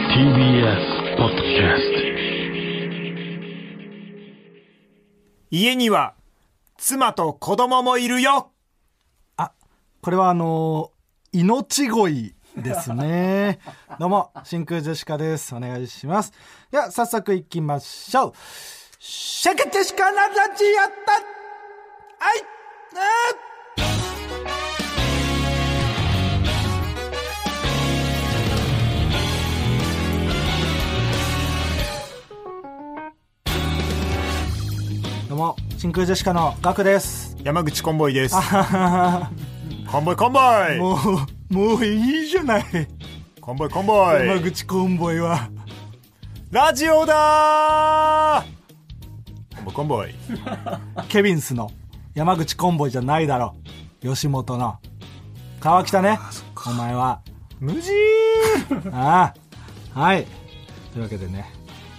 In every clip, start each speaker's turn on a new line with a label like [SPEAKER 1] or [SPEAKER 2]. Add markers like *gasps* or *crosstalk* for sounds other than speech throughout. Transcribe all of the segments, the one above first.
[SPEAKER 1] TBS ポッドキャスト
[SPEAKER 2] 家には妻と子供もいるよ
[SPEAKER 3] これはあのー命乞いですね。 *laughs* どうも、真空ジェシカです。お願いします。では、早速行きましょう。シェケジェシカなラジやったはいえーどうも、真空ジェシカのガクです。
[SPEAKER 2] 山口コンボイ
[SPEAKER 3] *laughs*
[SPEAKER 2] ですコンボイコンボイ
[SPEAKER 3] もう、もういいじゃない。
[SPEAKER 2] コンボイコンボ
[SPEAKER 3] 山
[SPEAKER 2] イ
[SPEAKER 3] 口コンボイは。
[SPEAKER 2] ラジオだーコンボイコンボイ
[SPEAKER 3] ケビンスの山口コンボイじゃないだろ吉本の川北ねお前は
[SPEAKER 2] 無事
[SPEAKER 3] ああはいというわけでね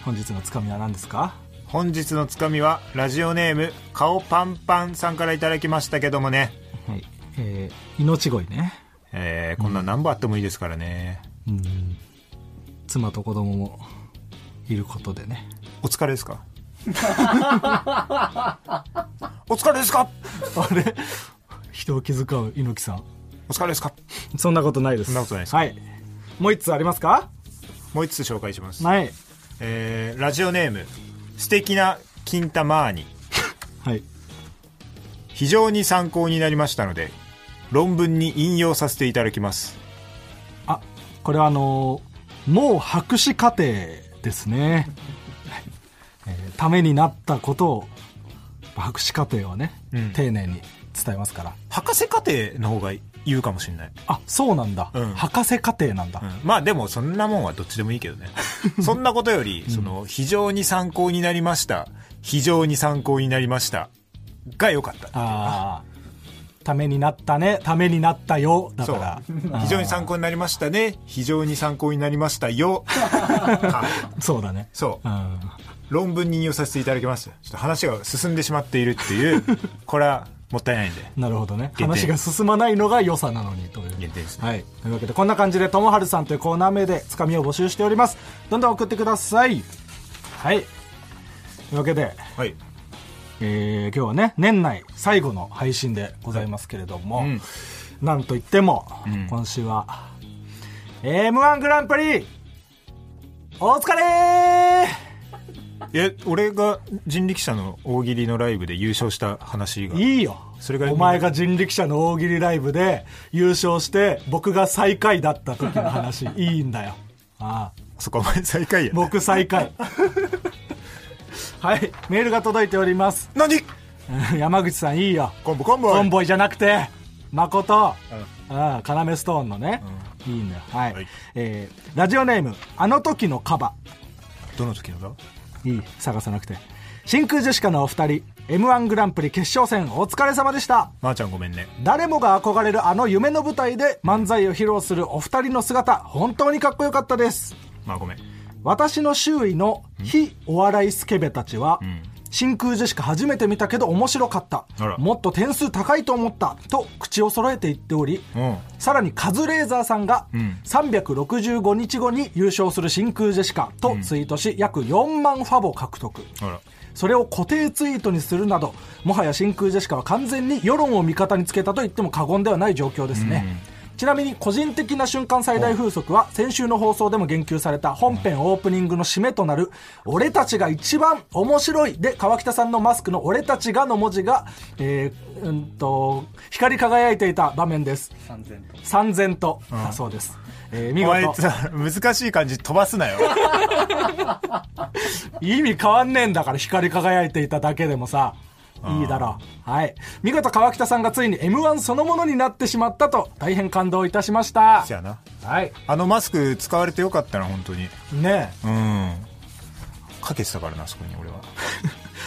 [SPEAKER 3] 本日のつかみは何ですか
[SPEAKER 2] 本日のつかみはラジオネーム顔パンパンさんからいただきましたけどもね、
[SPEAKER 3] はいえー、命乞いね
[SPEAKER 2] えーこんな何本あってもいいですからね
[SPEAKER 3] うん妻と子供もいることでね
[SPEAKER 2] お疲れです
[SPEAKER 3] *laughs*
[SPEAKER 2] かお疲れですか
[SPEAKER 3] あれ人を気遣う猪木さん
[SPEAKER 2] お疲れですか
[SPEAKER 3] そんなことないです
[SPEAKER 2] そんなことないです
[SPEAKER 3] はいもう一つありますか
[SPEAKER 2] もう一つ紹介します、
[SPEAKER 3] ない
[SPEAKER 2] えーラジオネーム素敵な金玉ーニ
[SPEAKER 3] はい
[SPEAKER 2] 非常に参考になりましたので論文に引用させていただきます
[SPEAKER 3] あこれはあのーもう博士課程ですね、 *laughs* はいえーためになったことを博士課程はね、
[SPEAKER 2] うん
[SPEAKER 3] 丁寧に伝えますから
[SPEAKER 2] 博士課程の方が言うかもしれない、
[SPEAKER 3] あそうなんだ、
[SPEAKER 2] うん
[SPEAKER 3] 博士課程なんだ、
[SPEAKER 2] うんまあでもそんなもんはどっちでもいいけどねそんなことよりその非常に参考になりました非常に参考になりましたが良かった
[SPEAKER 3] ああためになったねためになったよだから
[SPEAKER 2] そう非常に参考になりましたね非常に参考になりましたよか
[SPEAKER 3] そうだね
[SPEAKER 2] そう
[SPEAKER 3] うん
[SPEAKER 2] 論文に引用させていただきますちょっと話が進んでしまっているっていう
[SPEAKER 3] *laughs*
[SPEAKER 2] これはもったいないんで
[SPEAKER 3] なるほどね
[SPEAKER 2] 限定
[SPEAKER 3] 話が進まないのが良さなのにという
[SPEAKER 2] 限定ですね
[SPEAKER 3] はい、というわけでこんな感じで「ともはるさん」というコーナー名でつかみを募集しておりますどんどん送ってくださいはいというわけで、
[SPEAKER 2] はい
[SPEAKER 3] えー今日はね年内最後の配信でございますけれども、
[SPEAKER 2] うん
[SPEAKER 3] なんといっても、
[SPEAKER 2] ん
[SPEAKER 3] 今週は m 1グランプリお疲れー
[SPEAKER 2] え俺が人力車の大喜利のライブで優勝した話が
[SPEAKER 3] いいよ
[SPEAKER 2] それが
[SPEAKER 3] お前が人力車の大喜利ライブで優勝して僕が最下位だった時の *laughs* 話いいんだよああ
[SPEAKER 2] そこお前最下位や
[SPEAKER 3] 僕最下位はいメールが届いております *laughs*
[SPEAKER 2] 何
[SPEAKER 3] 山口さんいいよ
[SPEAKER 2] コンボコンボ
[SPEAKER 3] コンボイじゃなくて誠ああ要ストーンのね、いいんだよはい、
[SPEAKER 2] はい
[SPEAKER 3] えーラジオネームあの時のカバ
[SPEAKER 2] どの時のだ
[SPEAKER 3] いい探さなくて真空ジェシカのお二人 m 1グランプリ決勝戦お疲れ様でした
[SPEAKER 2] まー、ちゃんごめんね
[SPEAKER 3] 誰もが憧れるあの夢の舞台で漫才を披露するお二人の姿本当にかっこよかったです
[SPEAKER 2] まあごめん
[SPEAKER 3] 私の周囲の非お笑いスケベたちは、
[SPEAKER 2] ん
[SPEAKER 3] 真空ジェシカ初めて見たけど面白かった
[SPEAKER 2] あら
[SPEAKER 3] もっと点数高いと思ったと口を揃えて言っており
[SPEAKER 2] うん
[SPEAKER 3] さらにカズレーザーさんが
[SPEAKER 2] ん
[SPEAKER 3] 365日後に優勝する真空ジェシカとツイートし約4万ファボ獲得
[SPEAKER 2] あら
[SPEAKER 3] それを固定ツイートにするなどもはや真空ジェシカは完全に世論を味方につけたと言っても過言ではない状況ですね、ちなみに個人的な瞬間最大風速は先週の放送でも言及された本編オープニングの締めとなる「俺たちが一番面白い」で川北さんのマスクの「俺たちが」の文字が、えーうんと光り輝いていた場面です三千とだそうです、えー見
[SPEAKER 2] お前
[SPEAKER 3] 事
[SPEAKER 2] さ難しい感じ飛ばすなよ *laughs*
[SPEAKER 3] 意味変わんねえんだから光り輝いていただけでもさいいだろうはい見事川北さんがついに m 1そのものになってしまったと大変感動いたしました
[SPEAKER 2] じゃあな
[SPEAKER 3] はい
[SPEAKER 2] あのマスク使われてよかったな本当に
[SPEAKER 3] ねえ
[SPEAKER 2] うんかけてたからなそこに俺は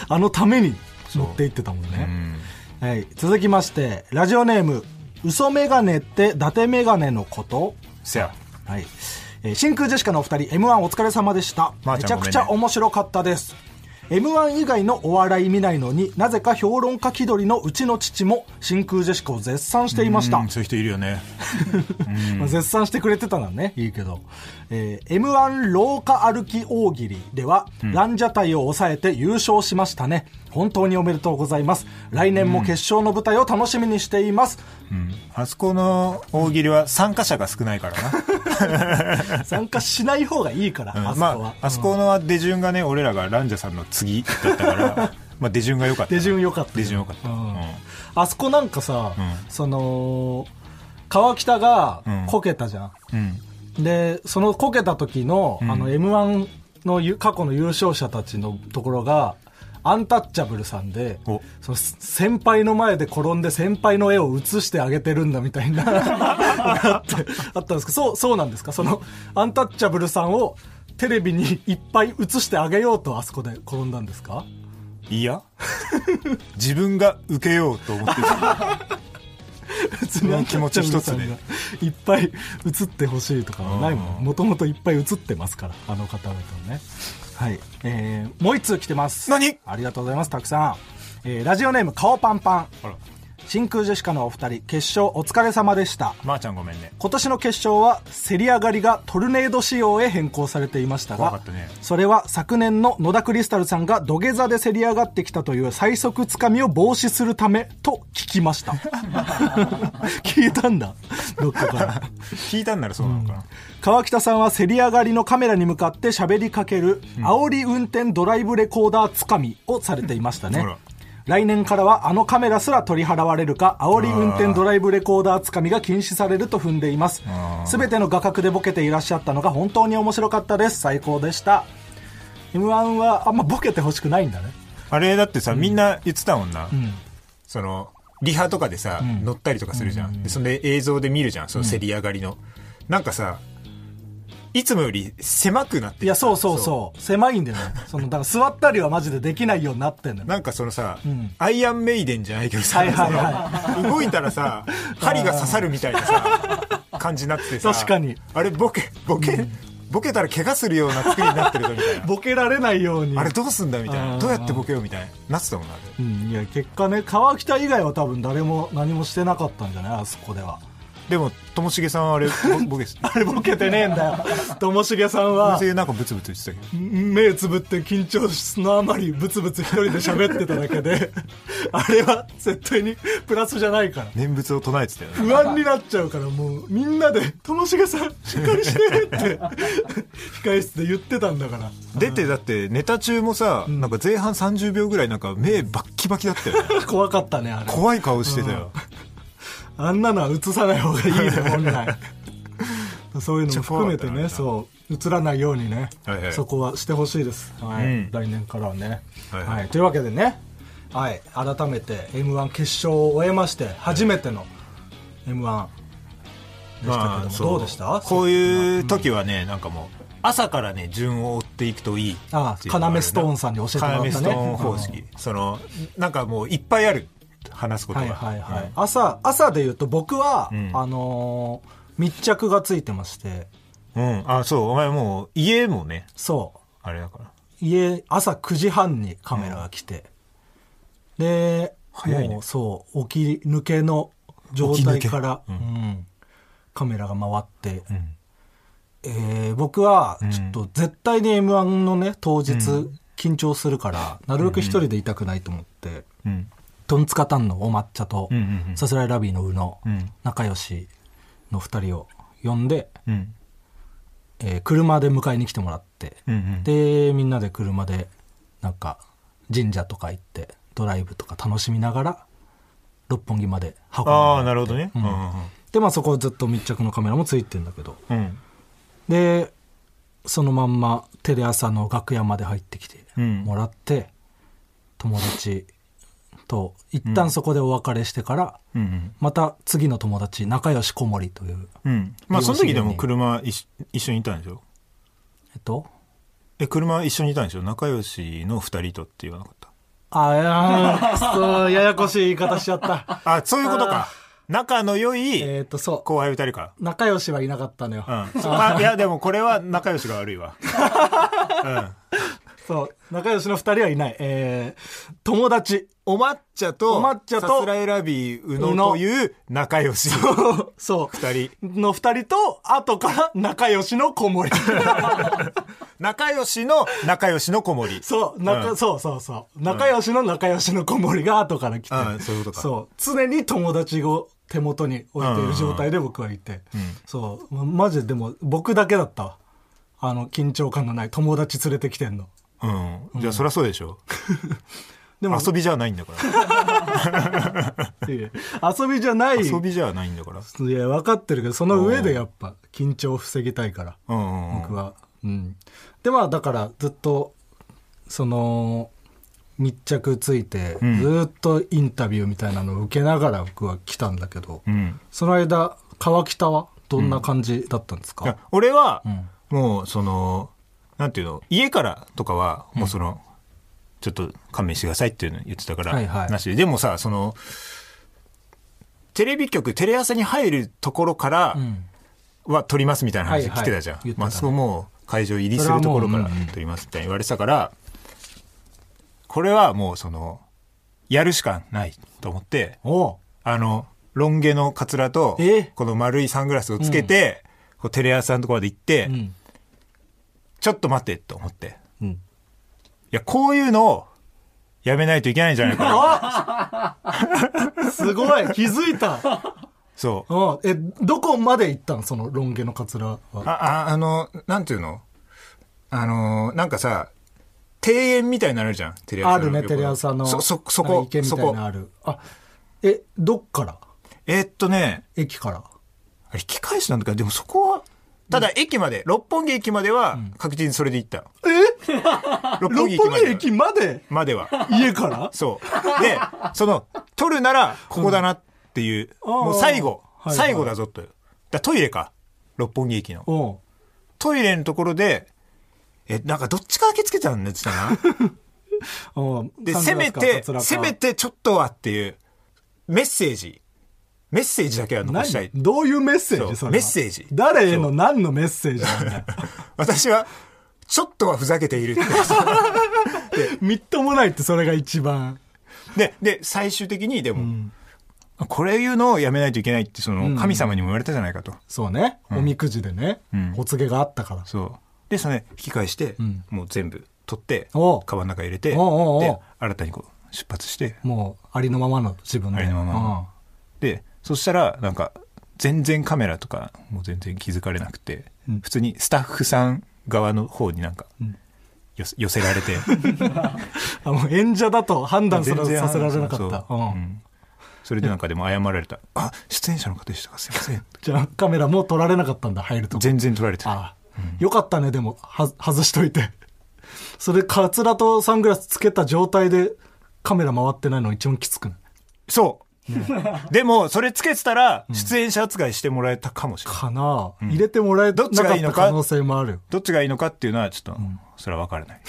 [SPEAKER 3] あのために持って行ってたもん
[SPEAKER 2] う
[SPEAKER 3] ね、
[SPEAKER 2] ん
[SPEAKER 3] はい、続きましてラジオネーム「嘘メガネって伊達メガネのこと」
[SPEAKER 2] せや
[SPEAKER 3] はい、えー真空ジェシカのお二人 m 1お疲れ様でした、
[SPEAKER 2] まー
[SPEAKER 3] め
[SPEAKER 2] ち
[SPEAKER 3] ち
[SPEAKER 2] ゃ
[SPEAKER 3] ゃ
[SPEAKER 2] ん
[SPEAKER 3] くちゃ面白かったです m 1以外のお笑い見ないのになぜか評論家気取りのうちの父も真空ジェシカを絶賛していました
[SPEAKER 2] うんそういう人いるよね
[SPEAKER 3] まあ絶賛してくれてたのはね、いいけど。えー M1 廊下歩き大喜利では、ランジャタイを抑えて優勝しましたね。本当におめでとうございます。来年も決勝の舞台を楽しみにしています。
[SPEAKER 2] あそこの大喜利は参加者が少ないから
[SPEAKER 3] 参加しない方がいいから、
[SPEAKER 2] な、うん
[SPEAKER 3] *laughs* あそこ
[SPEAKER 2] ま
[SPEAKER 3] は。
[SPEAKER 2] ああそこの出順がね俺らがランジャさんの次だったから
[SPEAKER 3] *laughs*
[SPEAKER 2] まあ出順が良かった
[SPEAKER 3] 手順良かった。
[SPEAKER 2] 出順良かった、
[SPEAKER 3] うん
[SPEAKER 2] うん
[SPEAKER 3] あそこなんかさ、
[SPEAKER 2] うん
[SPEAKER 3] その、川北が
[SPEAKER 2] うん
[SPEAKER 3] こけたじゃん。
[SPEAKER 2] うん
[SPEAKER 3] で、そのこけた時の、あの、M1 のゆ過去の優勝者たちのところが、アンタッチャブルさんで
[SPEAKER 2] お、
[SPEAKER 3] そのす先輩の前で転んで先輩の絵を写してあげてるんだみたいな、
[SPEAKER 2] *laughs*
[SPEAKER 3] あってあったんですけど、そう、そうなんですかその、アンタッチャブルさんをテレビにいっぱい映してあげようとあそこで転んだんですか
[SPEAKER 2] いや自分が受けようと思ってた
[SPEAKER 3] 別に
[SPEAKER 2] 気持ち一つで
[SPEAKER 3] いっぱい映ってほしいとかはないもんもともといっぱい映ってますからあの方々ねはい、えー、もう一通来てます
[SPEAKER 2] 何
[SPEAKER 3] ありがとうございますたくさん、えー、ラジオネーム顔パンパン
[SPEAKER 2] あら
[SPEAKER 3] 真空ジェシカのお二人決勝お疲れ様でした
[SPEAKER 2] まー、ちゃんごめんね
[SPEAKER 3] 今年の決勝は競り上がりがトルネード仕様へ変更されていました
[SPEAKER 2] 怖か
[SPEAKER 3] が
[SPEAKER 2] ったね
[SPEAKER 3] それは昨年の野田クリスタルさんが土下座で競り上がってきたという最速つかみを防止するためと聞きま
[SPEAKER 2] *laughs*
[SPEAKER 3] した聞いたんだどっかから
[SPEAKER 2] 聞いたんならそうなのかな、
[SPEAKER 3] 川北さんは競り上がりのカメラに向かって喋りかける煽り運転ドライブレコーダーつかみをされていましたね、
[SPEAKER 2] うんあら
[SPEAKER 3] 来年からはあのカメラすら取り払われるか煽り運転ドライブレコーダーつかみが禁止されると踏んでいます全ての画角でボケていらっしゃったのが本当に面白かったです最高でした m 1はあんまボケてほしくないんだね
[SPEAKER 2] あれだってさ、みんな言ってたもんな。その、リハとかでさ、乗ったりとかするじゃん。で、そんで映像で見るじゃん、その競り上がりの。なんかさ、いつもより狭くなってる
[SPEAKER 3] いやそうそうそう狭いんだよねそのだから座ったりはマジでできないようになってんのよ
[SPEAKER 2] なんかそのさ、
[SPEAKER 3] ん
[SPEAKER 2] アイアンメイデンじゃないけどさ、
[SPEAKER 3] はいはいは
[SPEAKER 2] その動いたら
[SPEAKER 3] *laughs*
[SPEAKER 2] さ、針が刺さるみたいなさ、感じになっててさ、
[SPEAKER 3] 確かに
[SPEAKER 2] あれ、ボケ、ボケ、ボケたら怪我するような作りになってるぞみたいな。
[SPEAKER 3] *laughs* *laughs* ボケられないように
[SPEAKER 2] あれどうすんだみたいな。どうやってボケようみたいな。なってたもんな、あれ。
[SPEAKER 3] うん、いや結果ね川北以外は多分誰も何もしてなかったんじゃないあそこでは
[SPEAKER 2] でも、ともしげさんはあれ、 *laughs* ボボケです。
[SPEAKER 3] あれボケてねえんだよともしげさんは
[SPEAKER 2] そういうなんかブツブツ言ってたけど。
[SPEAKER 3] 目つぶって緊張しのあまりブツブツ一人で喋ってただけで *laughs* あれは絶対にプラスじゃないから
[SPEAKER 2] 念仏を唱えてたよね
[SPEAKER 3] 不安になっちゃうからもうみんなで「ともしげさんしっかりして」って控室で言ってたんだから
[SPEAKER 2] 出てだってネタ中もさ、なんか前半30秒ぐらいなんか目バッキバキだったよね
[SPEAKER 3] 怖かったねあれ
[SPEAKER 2] 怖い顔してたよ
[SPEAKER 3] あんなのは映さない方がいいね、本
[SPEAKER 2] *laughs*
[SPEAKER 3] 来。そういうのも含めて
[SPEAKER 2] め
[SPEAKER 3] ね、
[SPEAKER 2] っちゃ
[SPEAKER 3] そう、映らないようにね、
[SPEAKER 2] はいはい
[SPEAKER 3] そこはしてほしいです。はい、
[SPEAKER 2] うん
[SPEAKER 3] 来年からはね、は
[SPEAKER 2] はいいはい
[SPEAKER 3] というわけでね、はい、改めて M1 決勝を終えまして、初めての M1 でしたけども、どうでした
[SPEAKER 2] こういう時はねなんかもう朝からね順を追っていくといいっていうのが
[SPEAKER 3] あ
[SPEAKER 2] るな
[SPEAKER 3] 要ストーンさんに教えてもらったね
[SPEAKER 2] 要ストーン方式そのなんかもういっぱいある話すこと
[SPEAKER 3] は
[SPEAKER 2] が
[SPEAKER 3] いはいはい、朝、朝で言うと僕は、
[SPEAKER 2] ん
[SPEAKER 3] あのー密着がついてまして、
[SPEAKER 2] うん、うんあそうお前もう家もね
[SPEAKER 3] そう、
[SPEAKER 2] あれだから
[SPEAKER 3] 家朝9時半にカメラが来て、で
[SPEAKER 2] 早いね
[SPEAKER 3] もうそう起き抜けの状態から、うんカメラが回って、
[SPEAKER 2] ん
[SPEAKER 3] えー僕はちょっと絶対に m 1のね当日緊張するから、なるべく一人でいたくないと思って、
[SPEAKER 2] うん
[SPEAKER 3] トンツカタンのお抹茶と、
[SPEAKER 2] うんうんうん
[SPEAKER 3] さすらいラビーの宇野、
[SPEAKER 2] うん
[SPEAKER 3] 仲良しの2人を呼んで、
[SPEAKER 2] うん
[SPEAKER 3] えー車で迎えに来てもらって。
[SPEAKER 2] うんうん
[SPEAKER 3] でみんなで車でなんか神社とか行ってドライブとか楽しみながら六本木まで運
[SPEAKER 2] ああ
[SPEAKER 3] んで
[SPEAKER 2] なるほどねうんうん
[SPEAKER 3] で、まあ、そこずっと密着のカメラもついてんだけど
[SPEAKER 2] うん
[SPEAKER 3] でそのまんまテレ朝の楽屋まで入ってきて
[SPEAKER 2] うん
[SPEAKER 3] もらって、友達と一旦そこでお別れしてから、
[SPEAKER 2] うんうん
[SPEAKER 3] また次の友達仲良し小森という
[SPEAKER 2] うんまあその時でも車一緒一緒にいたんでしょ
[SPEAKER 3] えっと
[SPEAKER 2] え車一緒にいたんでしょ仲良しの二人とって言わなかっ
[SPEAKER 3] ああくそややこしい言い方しちゃった
[SPEAKER 2] たあそういうことか仲の良 *laughs* い
[SPEAKER 3] えっとそう
[SPEAKER 2] 後輩二人か
[SPEAKER 3] 仲良しはい
[SPEAKER 2] *laughs*
[SPEAKER 3] なかったのよ、
[SPEAKER 2] うんそうあいやでもこれは仲良しが悪いわ
[SPEAKER 3] そう。仲良しの二人はいない。えー、友達。
[SPEAKER 2] お抹茶と、
[SPEAKER 3] お抹茶と
[SPEAKER 2] さすら選び、うのという仲良し。
[SPEAKER 3] そ
[SPEAKER 2] 二人。
[SPEAKER 3] う。の二人と、後から仲良しの子守。
[SPEAKER 2] *laughs* 仲良しの仲良しの子守。
[SPEAKER 3] そう、仲、
[SPEAKER 2] うん
[SPEAKER 3] そうそうそう。仲良しの仲良しの子守が後から来て。
[SPEAKER 2] うんそういうことか
[SPEAKER 3] そう常に友達を手元に置いている状態で僕はいて。そう。まマジででも、僕だけだったわ。あの、緊張感のない友達連れてきてんの。
[SPEAKER 2] うん。じゃあ、そりゃそうでしょ。
[SPEAKER 3] でも、
[SPEAKER 2] 遊びじゃないんだから。
[SPEAKER 3] いや遊びじゃない。
[SPEAKER 2] 遊びじゃないんだから。
[SPEAKER 3] いや、分かってるけど、その上でやっぱ、緊張を防ぎたいから。
[SPEAKER 2] うんうんうん。
[SPEAKER 3] 僕は。うん。で、まあ、だから、ずっと、その、密着ついて、
[SPEAKER 2] ん
[SPEAKER 3] ずっとインタビューみたいなのを受けながら僕は来たんだけど、
[SPEAKER 2] うん。
[SPEAKER 3] その間、川北はどんな感じだったんです
[SPEAKER 2] いや
[SPEAKER 3] か、
[SPEAKER 2] 俺は、
[SPEAKER 3] ん
[SPEAKER 2] もうそのなんていうの家からとかはもうその、ちょっと勘弁してくださいっていうの言ってたから、
[SPEAKER 3] はいはい
[SPEAKER 2] なしででもさそのテレビ局テレ朝に入るところから
[SPEAKER 3] ん
[SPEAKER 2] は撮りますみたいな話
[SPEAKER 3] はいはい
[SPEAKER 2] 来てたじゃん、
[SPEAKER 3] 言ってたね
[SPEAKER 2] まあ、そうもう会場入りするところから
[SPEAKER 3] それはもううんうん
[SPEAKER 2] 撮りますみたいに言われてたからこれはもうそのやるしかないと思って
[SPEAKER 3] お
[SPEAKER 2] あの、ロン毛のカツラと
[SPEAKER 3] え、
[SPEAKER 2] この丸いサングラスをつけて、こうテレ朝のところまで行って、
[SPEAKER 3] うん。
[SPEAKER 2] ちょっと待ってと思って。
[SPEAKER 3] うん。
[SPEAKER 2] いや、こういうのをやめないといけないんじゃないかな。
[SPEAKER 3] すご
[SPEAKER 2] *laughs*
[SPEAKER 3] い気づいた
[SPEAKER 2] そう。
[SPEAKER 3] *laughs* うん。え、どこまで行ったんそのロン毛のカツラは。
[SPEAKER 2] あ、あ、あの、なんていうのあの、なんかさ、庭園みたいになのあるじゃん、テレ朝
[SPEAKER 3] あ
[SPEAKER 2] の
[SPEAKER 3] るね、
[SPEAKER 2] 横
[SPEAKER 3] テレ朝の。
[SPEAKER 2] そ、そ、そ
[SPEAKER 3] なん
[SPEAKER 2] こ
[SPEAKER 3] か池、み
[SPEAKER 2] そ
[SPEAKER 3] たい
[SPEAKER 2] こ
[SPEAKER 3] な。のある。あ、え、どっから
[SPEAKER 2] えーっとね、
[SPEAKER 3] 駅から。
[SPEAKER 2] あれ、引き返しなんだけど、でもそこは、ただ駅まで、六本木駅までは確実にそれで行った。
[SPEAKER 3] え
[SPEAKER 2] 六
[SPEAKER 3] 六本木駅
[SPEAKER 2] まで
[SPEAKER 3] まで
[SPEAKER 2] までは。
[SPEAKER 3] 家から
[SPEAKER 2] そう。で、その、撮るなら、ここだなっていう、
[SPEAKER 3] うん
[SPEAKER 2] もう最後
[SPEAKER 3] あ、ーはい
[SPEAKER 2] 最後だぞと。だからトイレか。六本木駅の。
[SPEAKER 3] おう
[SPEAKER 2] トイレのところで、え、なんかどっちかだけつけたんだってたな。
[SPEAKER 3] おう
[SPEAKER 2] で、
[SPEAKER 3] サン
[SPEAKER 2] せ
[SPEAKER 3] グラ
[SPEAKER 2] め
[SPEAKER 3] スか
[SPEAKER 2] て、
[SPEAKER 3] カツラか
[SPEAKER 2] せめてちょっとはっていう、メッセージ。メッセージだけは残したい。
[SPEAKER 3] 何どういうメッセー
[SPEAKER 2] そ
[SPEAKER 3] ジ
[SPEAKER 2] う
[SPEAKER 3] それは
[SPEAKER 2] メッセージ
[SPEAKER 3] 誰への何のメッセージなんだよ
[SPEAKER 2] 私は、ちょっとはふざけているって。
[SPEAKER 3] *laughs* みっともないってそれが一番
[SPEAKER 2] で、で、最終的に、でも、これいうのをやめないといけないって、その、神様にも言われたじゃないかと。
[SPEAKER 3] そうね、おみくじでね、
[SPEAKER 2] ん
[SPEAKER 3] お告げがあったから
[SPEAKER 2] そう。で、それ、引き返して、
[SPEAKER 3] ん
[SPEAKER 2] もう全部取って、カ
[SPEAKER 3] おう
[SPEAKER 2] バンの中に入れて、
[SPEAKER 3] おうおうおう
[SPEAKER 2] で、新たにこう、出発して、
[SPEAKER 3] もうありのままの自分で
[SPEAKER 2] ありのままで、そしたら、なんか、全然カメラとか、もう全然気づかれなくて、
[SPEAKER 3] うん
[SPEAKER 2] 普通にスタッフさん側の方になんか、寄せ寄せられ
[SPEAKER 3] *laughs*
[SPEAKER 2] て、
[SPEAKER 3] うんあもう演者だと判断す
[SPEAKER 2] 全
[SPEAKER 3] ら
[SPEAKER 2] 然
[SPEAKER 3] させられなかった、
[SPEAKER 2] そう
[SPEAKER 3] うん
[SPEAKER 2] うんそれでなんかでも謝られた。あ、出演者の方でしたか、すいませ
[SPEAKER 3] *laughs*
[SPEAKER 2] ん。
[SPEAKER 3] じゃあカメラもう撮られなかったんだ入るとこ
[SPEAKER 2] 全然撮られてた。
[SPEAKER 3] ああ、よかったねでもは外しといて *laughs* それカツラとサングラスつけた状態でカメラ回ってないの一番きつくない
[SPEAKER 2] そう。 *laughs* でも、それつけてたら、出演者扱いしてもらえたかもしれない。
[SPEAKER 3] かな、入れてもらえな
[SPEAKER 2] ど
[SPEAKER 3] か
[SPEAKER 2] っ
[SPEAKER 3] っ
[SPEAKER 2] ちがいいの
[SPEAKER 3] た
[SPEAKER 2] か
[SPEAKER 3] 可能性もあるよ
[SPEAKER 2] どっちがいいのかっていうのはちょっと、それは分からない、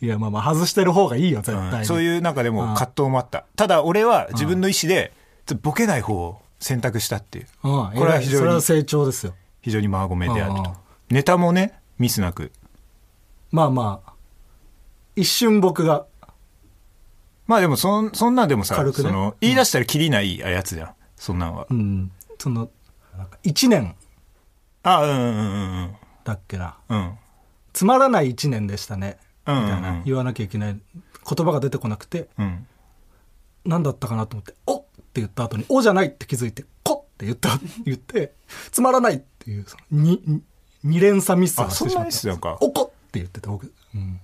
[SPEAKER 3] いやまあまあ外してる方がいいよ絶
[SPEAKER 2] うん
[SPEAKER 3] 対に、
[SPEAKER 2] そういう中でも葛藤もあった、ただ俺は自分の意思でボケない方を選択したっていう、
[SPEAKER 3] うん、
[SPEAKER 2] これは非
[SPEAKER 3] 偉いそれ
[SPEAKER 2] 常
[SPEAKER 3] は
[SPEAKER 2] に
[SPEAKER 3] 成長ですよ
[SPEAKER 2] 非常にマーゴメであると、
[SPEAKER 3] うんうん
[SPEAKER 2] ネタもねミスなく
[SPEAKER 3] まあまあ一瞬僕が
[SPEAKER 2] まあでもそんそんなんでもさ、
[SPEAKER 3] 軽くね
[SPEAKER 2] その言い出したらキリないやつじゃんそんなんは、
[SPEAKER 3] うんそのなんか1年
[SPEAKER 2] あうんうんうんうん
[SPEAKER 3] だっけな
[SPEAKER 2] うん
[SPEAKER 3] つまらない1年でしたねみ
[SPEAKER 2] うんうんうん
[SPEAKER 3] たいな言わなきゃいけない言葉が出てこなくて
[SPEAKER 2] うん
[SPEAKER 3] 何だったかなと思って「おっ!」って言った後に「お」じゃないって気づいて「こ」って言った言ってつまらないっていうそのにに二連鎖ミスを
[SPEAKER 2] あ
[SPEAKER 3] し
[SPEAKER 2] そ
[SPEAKER 3] て
[SPEAKER 2] ん
[SPEAKER 3] しま
[SPEAKER 2] な
[SPEAKER 3] っ
[SPEAKER 2] ミ
[SPEAKER 3] た
[SPEAKER 2] スなんか
[SPEAKER 3] おこって言ってた僕、うん、で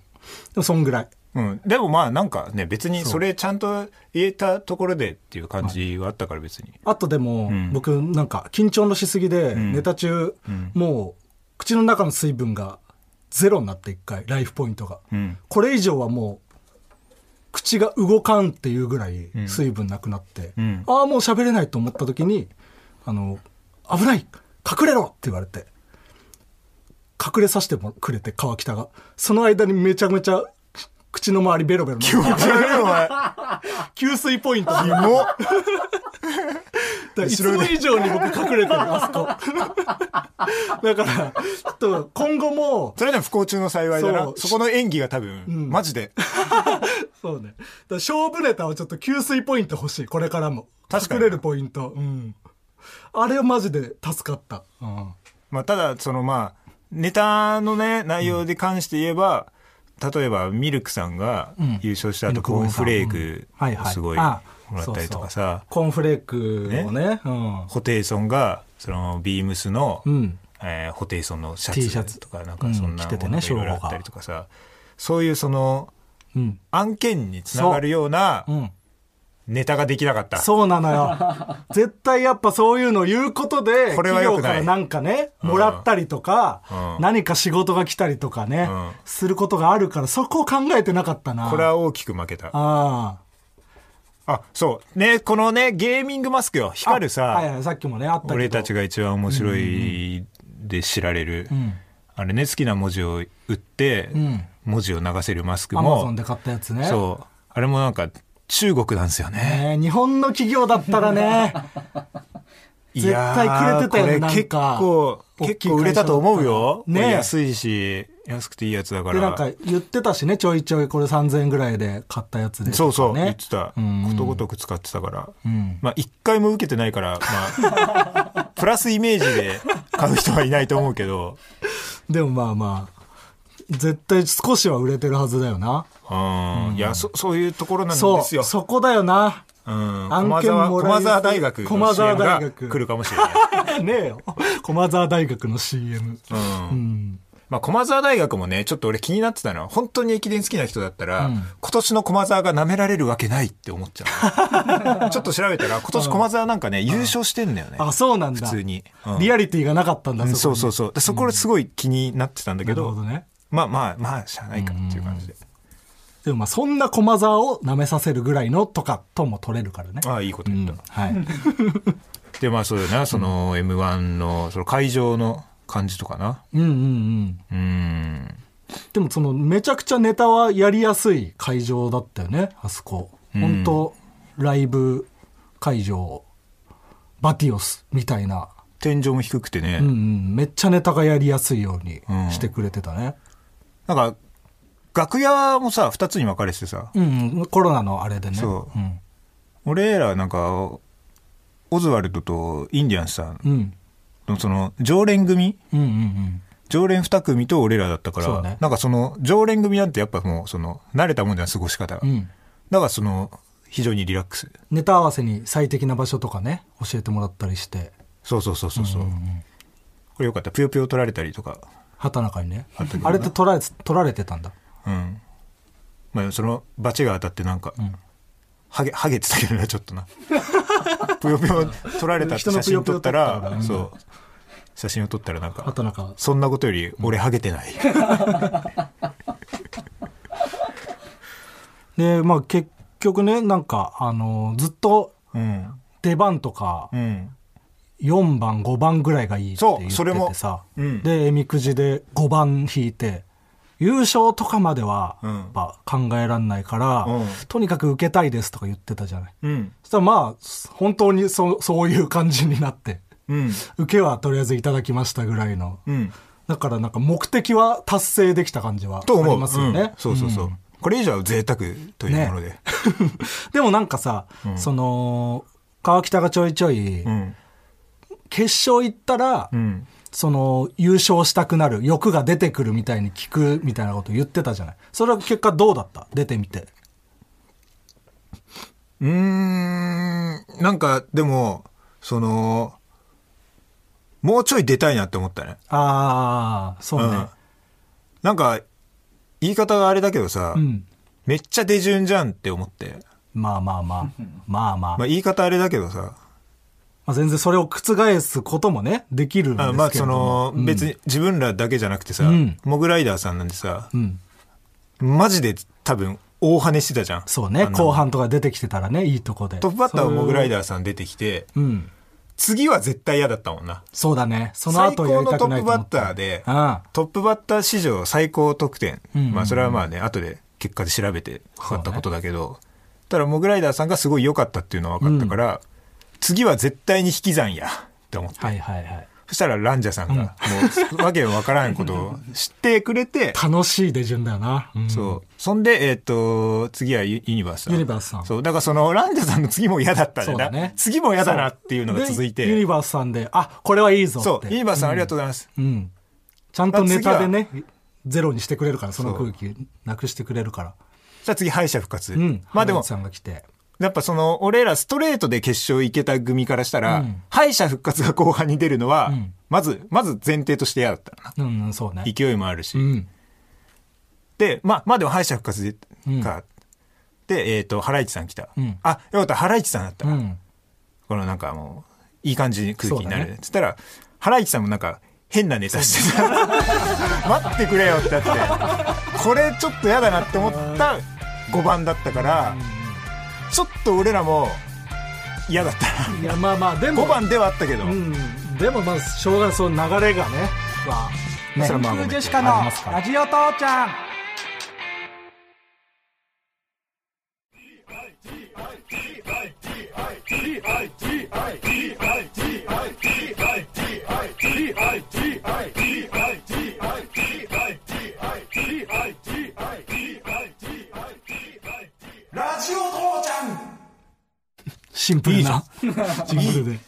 [SPEAKER 3] もそんぐらい
[SPEAKER 2] うん、でもまあなんかね別にそれちゃんと言えたところでっていう感じはあったから別
[SPEAKER 3] *laughs*
[SPEAKER 2] に、
[SPEAKER 3] あとでも、
[SPEAKER 2] ん
[SPEAKER 3] 僕なんか緊張のしすぎで、
[SPEAKER 2] ん
[SPEAKER 3] ネタ中、
[SPEAKER 2] ん
[SPEAKER 3] もう口の中の水分がゼロになって一回ライフポイントが、
[SPEAKER 2] うん
[SPEAKER 3] これ以上はもう口が動かんっていうぐらい水分なくなって、
[SPEAKER 2] うん
[SPEAKER 3] ああもう喋れないと思った時にあの危ない隠れろって言われて隠れさせてもくれて川北がその間にめちゃめちゃ口の周りベロベロ飲んで
[SPEAKER 2] お前
[SPEAKER 3] 給水ポイント
[SPEAKER 2] キモ
[SPEAKER 3] らいつも以上に僕隠れてる、あそこ。 *laughs* だから、ちょっと今後も、
[SPEAKER 2] それでも不幸中の幸いだな
[SPEAKER 3] そ
[SPEAKER 2] そうこの演技が多分、
[SPEAKER 3] ん
[SPEAKER 2] マジで
[SPEAKER 3] そうね。だから勝負ネタはちょっと給水ポイント欲しい、これからも。
[SPEAKER 2] 確かに
[SPEAKER 3] 隠れるポイント。うん。あれはマジで助かった。うん。
[SPEAKER 2] まあ、ただ、そのまあ、ネタのね、内容で関して言えば、例えばミルクさんが
[SPEAKER 3] ん
[SPEAKER 2] 優勝した後、コーン
[SPEAKER 3] ミルクボーイさん
[SPEAKER 2] フレーク
[SPEAKER 3] はいはい。
[SPEAKER 2] をすごいも
[SPEAKER 3] あ
[SPEAKER 2] らったりとかさ
[SPEAKER 3] そうそう、コーンフレークをね、うん。
[SPEAKER 2] ホテイソンが、そのビームスの、
[SPEAKER 3] うん。
[SPEAKER 2] えーホテイソンのシ
[SPEAKER 3] T シャ
[SPEAKER 2] ャ
[SPEAKER 3] ツ
[SPEAKER 2] ツとか、なんかそんな
[SPEAKER 3] うん
[SPEAKER 2] も
[SPEAKER 3] 着てて
[SPEAKER 2] の
[SPEAKER 3] ね
[SPEAKER 2] がいろいろあったりとかさ、そういうその、
[SPEAKER 3] うん。
[SPEAKER 2] 案件につながるような
[SPEAKER 3] うん。
[SPEAKER 2] ネタができなかった。
[SPEAKER 3] そうなの
[SPEAKER 2] *laughs*
[SPEAKER 3] よ。絶対やっぱそういうの言うことで、
[SPEAKER 2] これは
[SPEAKER 3] 企
[SPEAKER 2] 良
[SPEAKER 3] 業
[SPEAKER 2] く
[SPEAKER 3] か
[SPEAKER 2] ない
[SPEAKER 3] らなんかね、もらったりとか、
[SPEAKER 2] うん
[SPEAKER 3] 何か仕事が来たりとかね、
[SPEAKER 2] うん
[SPEAKER 3] することがあるから、そこを考えてなかったな。
[SPEAKER 2] これは大きく負けた。
[SPEAKER 3] あ
[SPEAKER 2] あ、そう。ね、このね、ゲーミングマスクよ。
[SPEAKER 3] あ。
[SPEAKER 2] 光るさ、
[SPEAKER 3] はいはい、さっきもね、あったけど。
[SPEAKER 2] 俺たちが一番面白いで知られる、
[SPEAKER 3] ん
[SPEAKER 2] あれね好きな文字を打って、
[SPEAKER 3] ん
[SPEAKER 2] 文字を流せるマスク
[SPEAKER 3] アマゾン
[SPEAKER 2] も
[SPEAKER 3] で買ったやつね。
[SPEAKER 2] そうあれもなんか中国なんですよね
[SPEAKER 3] ねえ日本の企業だったらね、
[SPEAKER 2] い
[SPEAKER 3] 絶対くれてたよね
[SPEAKER 2] やーこれ結構
[SPEAKER 3] なんか
[SPEAKER 2] 結構売れたと思う
[SPEAKER 3] 大
[SPEAKER 2] よ、
[SPEAKER 3] きい会社だったらね
[SPEAKER 2] これ安いし安くていいやつだか
[SPEAKER 3] で、な
[SPEAKER 2] ら
[SPEAKER 3] んか言ってたしね、ちょいちょいこれ3000円ぐらいで買ったやつで、
[SPEAKER 2] そうそう、
[SPEAKER 3] ね
[SPEAKER 2] 言ってた、
[SPEAKER 3] うん
[SPEAKER 2] ことごとく使ってたから、
[SPEAKER 3] ん
[SPEAKER 2] まあ一回も受けてないからまあ
[SPEAKER 3] *laughs*
[SPEAKER 2] プラスイメージで買う人はいないと思うけど
[SPEAKER 3] でもまあまあ、絶対少しは売れてるはずだよな。
[SPEAKER 2] うん、いやそそういうところなんです
[SPEAKER 3] そ
[SPEAKER 2] よ
[SPEAKER 3] う、そこだよな。
[SPEAKER 2] うん
[SPEAKER 3] 案
[SPEAKER 2] 駒
[SPEAKER 3] 件
[SPEAKER 2] 沢
[SPEAKER 3] もらえず
[SPEAKER 2] 駒沢大学
[SPEAKER 3] 駒
[SPEAKER 2] の
[SPEAKER 3] 沢
[SPEAKER 2] CM が
[SPEAKER 3] 大学
[SPEAKER 2] 来るかもしれ
[SPEAKER 3] *laughs*
[SPEAKER 2] ない、
[SPEAKER 3] ねえよ。駒沢大学の CM。
[SPEAKER 2] うん
[SPEAKER 3] うん。
[SPEAKER 2] まあ、駒沢大学もねちょっと俺気になってたのは本当に駅伝好きな人だったら、
[SPEAKER 3] うん
[SPEAKER 2] 今年の駒沢が舐められるわけないって思っちゃ
[SPEAKER 3] *laughs*
[SPEAKER 2] うちょっと調べたら今年駒沢なんかね、優勝してんだよね
[SPEAKER 3] あ、そうなん
[SPEAKER 2] 普
[SPEAKER 3] だ。
[SPEAKER 2] 通に、うん
[SPEAKER 3] リアリティがなかったんだ、
[SPEAKER 2] うん
[SPEAKER 3] そ
[SPEAKER 2] そ
[SPEAKER 3] こ
[SPEAKER 2] うそうそうでそこですごい気になってたんだ
[SPEAKER 3] に。な
[SPEAKER 2] け
[SPEAKER 3] る
[SPEAKER 2] ど,、
[SPEAKER 3] ほどね。
[SPEAKER 2] まあまあまあしゃあないかっていう感じで、
[SPEAKER 3] でもまあ、そんな駒沢を舐めさせるぐらいのとかとも取れるからね。
[SPEAKER 2] ああいいこと
[SPEAKER 3] う
[SPEAKER 2] 言っ
[SPEAKER 3] ん
[SPEAKER 2] た、
[SPEAKER 3] はい。
[SPEAKER 2] でまあそうだなその m 1のその会場の感じとかな
[SPEAKER 3] うんうんうん。
[SPEAKER 2] うん
[SPEAKER 3] でもそのめちゃくちゃネタはやりやすい会場だったよねあそこ本当、ライブ会場バティオスみたいな、
[SPEAKER 2] 天井も低くてね、
[SPEAKER 3] うんうん、めっちゃネタがやりやすいように
[SPEAKER 2] うん
[SPEAKER 3] してくれてたね、
[SPEAKER 2] なんか、楽屋もさ、二つに分かれててさ、
[SPEAKER 3] うんうん、コロナのあれでね
[SPEAKER 2] そう
[SPEAKER 3] うん
[SPEAKER 2] 俺らなんか、オズワルドとインディアンスさん
[SPEAKER 3] うん、
[SPEAKER 2] のその、常連組
[SPEAKER 3] うんうんうん
[SPEAKER 2] 常連二組と俺らだったか
[SPEAKER 3] そ
[SPEAKER 2] ら、
[SPEAKER 3] うね
[SPEAKER 2] なんかその、常連組なんてやっぱもう、その、慣れたもんじゃん、過ごし方が。
[SPEAKER 3] うん
[SPEAKER 2] だからその、非常にリラックス。
[SPEAKER 3] ネタ合わせに最適な場所とかね教えてもらったりして
[SPEAKER 2] そうそうそうそう。うこれよかった。ぷよぷよ取られたりとか。
[SPEAKER 3] 畑中にね
[SPEAKER 2] あったけど
[SPEAKER 3] あ
[SPEAKER 2] な
[SPEAKER 3] れって取られて取られてたんだ
[SPEAKER 2] うん。まあ、その、バチが当たってなんか、
[SPEAKER 3] ん
[SPEAKER 2] ハゲ、ハゲてたけどな、ちょっとな。 *laughs* ぷよぷよ取られたって写真撮った
[SPEAKER 3] 人のぷよぷよ撮ったから
[SPEAKER 2] ら、
[SPEAKER 3] ね
[SPEAKER 2] そう。写真を撮ったらなんか、
[SPEAKER 3] 畑中
[SPEAKER 2] そんなことより俺ハゲて
[SPEAKER 3] *laughs*
[SPEAKER 2] ない。
[SPEAKER 3] でまあ結局ねなんかあのずっと
[SPEAKER 2] うん。
[SPEAKER 3] 出番とか
[SPEAKER 2] うん。
[SPEAKER 3] 4番5番ぐらいがいいって言って
[SPEAKER 2] そうそれ
[SPEAKER 3] て
[SPEAKER 2] も
[SPEAKER 3] さ、
[SPEAKER 2] うん
[SPEAKER 3] でえみくじで5番引いて優勝とかまでは
[SPEAKER 2] うん
[SPEAKER 3] やっぱ考えらんないから、
[SPEAKER 2] うん
[SPEAKER 3] とにかく受けたいですとか言ってたじゃない
[SPEAKER 2] うん。
[SPEAKER 3] そしたらまあ本当にそそういう感じになって
[SPEAKER 2] うん。
[SPEAKER 3] 受けはとりあえずいただきましたぐらいの
[SPEAKER 2] うん。
[SPEAKER 3] だからなんか目的は達成できた感じはあ
[SPEAKER 2] と思う。
[SPEAKER 3] りますよね、
[SPEAKER 2] うんそうそうそう。これ以上は贅沢というもので。
[SPEAKER 3] *laughs* でもなんかさ、
[SPEAKER 2] ん
[SPEAKER 3] その川北がちょいちょい
[SPEAKER 2] うん。
[SPEAKER 3] 決勝行ったら、
[SPEAKER 2] うん。
[SPEAKER 3] その優勝したくなる欲が出てくるみたいに聞くみたいなこと言ってたじゃないそれは結果どうだった出てみて
[SPEAKER 2] うーん。なんか、でも、その、もうちょい出たいなって思ったね。
[SPEAKER 3] ああそうね
[SPEAKER 2] なんか、言い方があれだけどさ、
[SPEAKER 3] うん、
[SPEAKER 2] めっちゃ出順じゃんって思って。
[SPEAKER 3] まあま
[SPEAKER 2] *laughs*
[SPEAKER 3] あまあまあま
[SPEAKER 2] ま
[SPEAKER 3] あ、ま
[SPEAKER 2] あ言い方あれだけどさ、
[SPEAKER 3] あ、全然それを覆すこともねできるんですけ
[SPEAKER 2] あ
[SPEAKER 3] れども
[SPEAKER 2] まあその、
[SPEAKER 3] うん
[SPEAKER 2] 別に自分らだけじゃなくてさ、
[SPEAKER 3] うん
[SPEAKER 2] モグライダーさんなんてさ、
[SPEAKER 3] うん
[SPEAKER 2] マジで多分大跳ねしてたじゃん。
[SPEAKER 3] そう
[SPEAKER 2] あ
[SPEAKER 3] ね
[SPEAKER 2] んなの
[SPEAKER 3] 後。半とか出てきてたらねいいとこで
[SPEAKER 2] トップバッターはモグライ
[SPEAKER 3] だ
[SPEAKER 2] ダーさん出てきて、
[SPEAKER 3] うん
[SPEAKER 2] 次は絶対嫌だったもんな。
[SPEAKER 3] そうだねその後やりたくないと思って
[SPEAKER 2] 最高のトップバッターで
[SPEAKER 3] あ
[SPEAKER 2] トップバッター史上最高得点。
[SPEAKER 3] うんうんうん
[SPEAKER 2] まあそれはまあね、後で結果で調べて分かったことだけど、ただモグライダーさんがすごい良かったっていうのは分かったから、次は絶対に引き算やって思って、
[SPEAKER 3] はいはいはい。
[SPEAKER 2] そしたらランジャさんが、もうわけわからんことを知ってくれて
[SPEAKER 3] 楽しい手順だよな。うん
[SPEAKER 2] そうそんでえっ、と次はユユニバースさん
[SPEAKER 3] ユニバースさん
[SPEAKER 2] そうだからそのランジャさんの次も嫌だったんだ
[SPEAKER 3] そう
[SPEAKER 2] な
[SPEAKER 3] だね
[SPEAKER 2] 次も嫌だなっていうのが続い
[SPEAKER 3] でユニ
[SPEAKER 2] て
[SPEAKER 3] バースさんで、あ、これはいいぞって。
[SPEAKER 2] そうユニバースさんありがとうございます、
[SPEAKER 3] うん。ちゃんとネタでね、ゼロにしてくれるから、その空気なくしてくれるから。
[SPEAKER 2] さあ次敗者復活、
[SPEAKER 3] うん。
[SPEAKER 2] まあで
[SPEAKER 3] 原
[SPEAKER 2] も
[SPEAKER 3] 田さんが来て。
[SPEAKER 2] やっぱその、俺らストレートで決勝行けた組からしたら、
[SPEAKER 3] うん
[SPEAKER 2] 敗者復活が後半に出るのは、
[SPEAKER 3] ん
[SPEAKER 2] まず、まず前提として嫌だったな。
[SPEAKER 3] うん、うんそうね。
[SPEAKER 2] 勢いもあるし。
[SPEAKER 3] うん。
[SPEAKER 2] で、まあ、まあでも敗者復活で、
[SPEAKER 3] うん
[SPEAKER 2] か。で、えっ、と、ハライチさん来た。
[SPEAKER 3] うん
[SPEAKER 2] あ、よかった、ハライチさんだった。
[SPEAKER 3] うん。
[SPEAKER 2] このなんかもう、いい感じに空気にな
[SPEAKER 3] そう
[SPEAKER 2] る。
[SPEAKER 3] だね
[SPEAKER 2] つったら、ハライチさんもなんか、変なネタして
[SPEAKER 3] *laughs*
[SPEAKER 2] た。待ってくれよってなって、これちょっと嫌だなって思った5番だったから、ちょっと俺らも嫌だったな。
[SPEAKER 3] いや、まあまあ、でも、
[SPEAKER 2] 5番ではあったけど、
[SPEAKER 3] うん。でもまあ、しょうがない、その流れがね、は、
[SPEAKER 2] ね
[SPEAKER 3] それはまあ
[SPEAKER 2] ごめん
[SPEAKER 3] ジェシカ
[SPEAKER 2] あり
[SPEAKER 3] の
[SPEAKER 2] ますから
[SPEAKER 3] ラジオ父ちゃん。
[SPEAKER 2] ラジオ父ちゃん
[SPEAKER 3] シンプルな。ジングルで。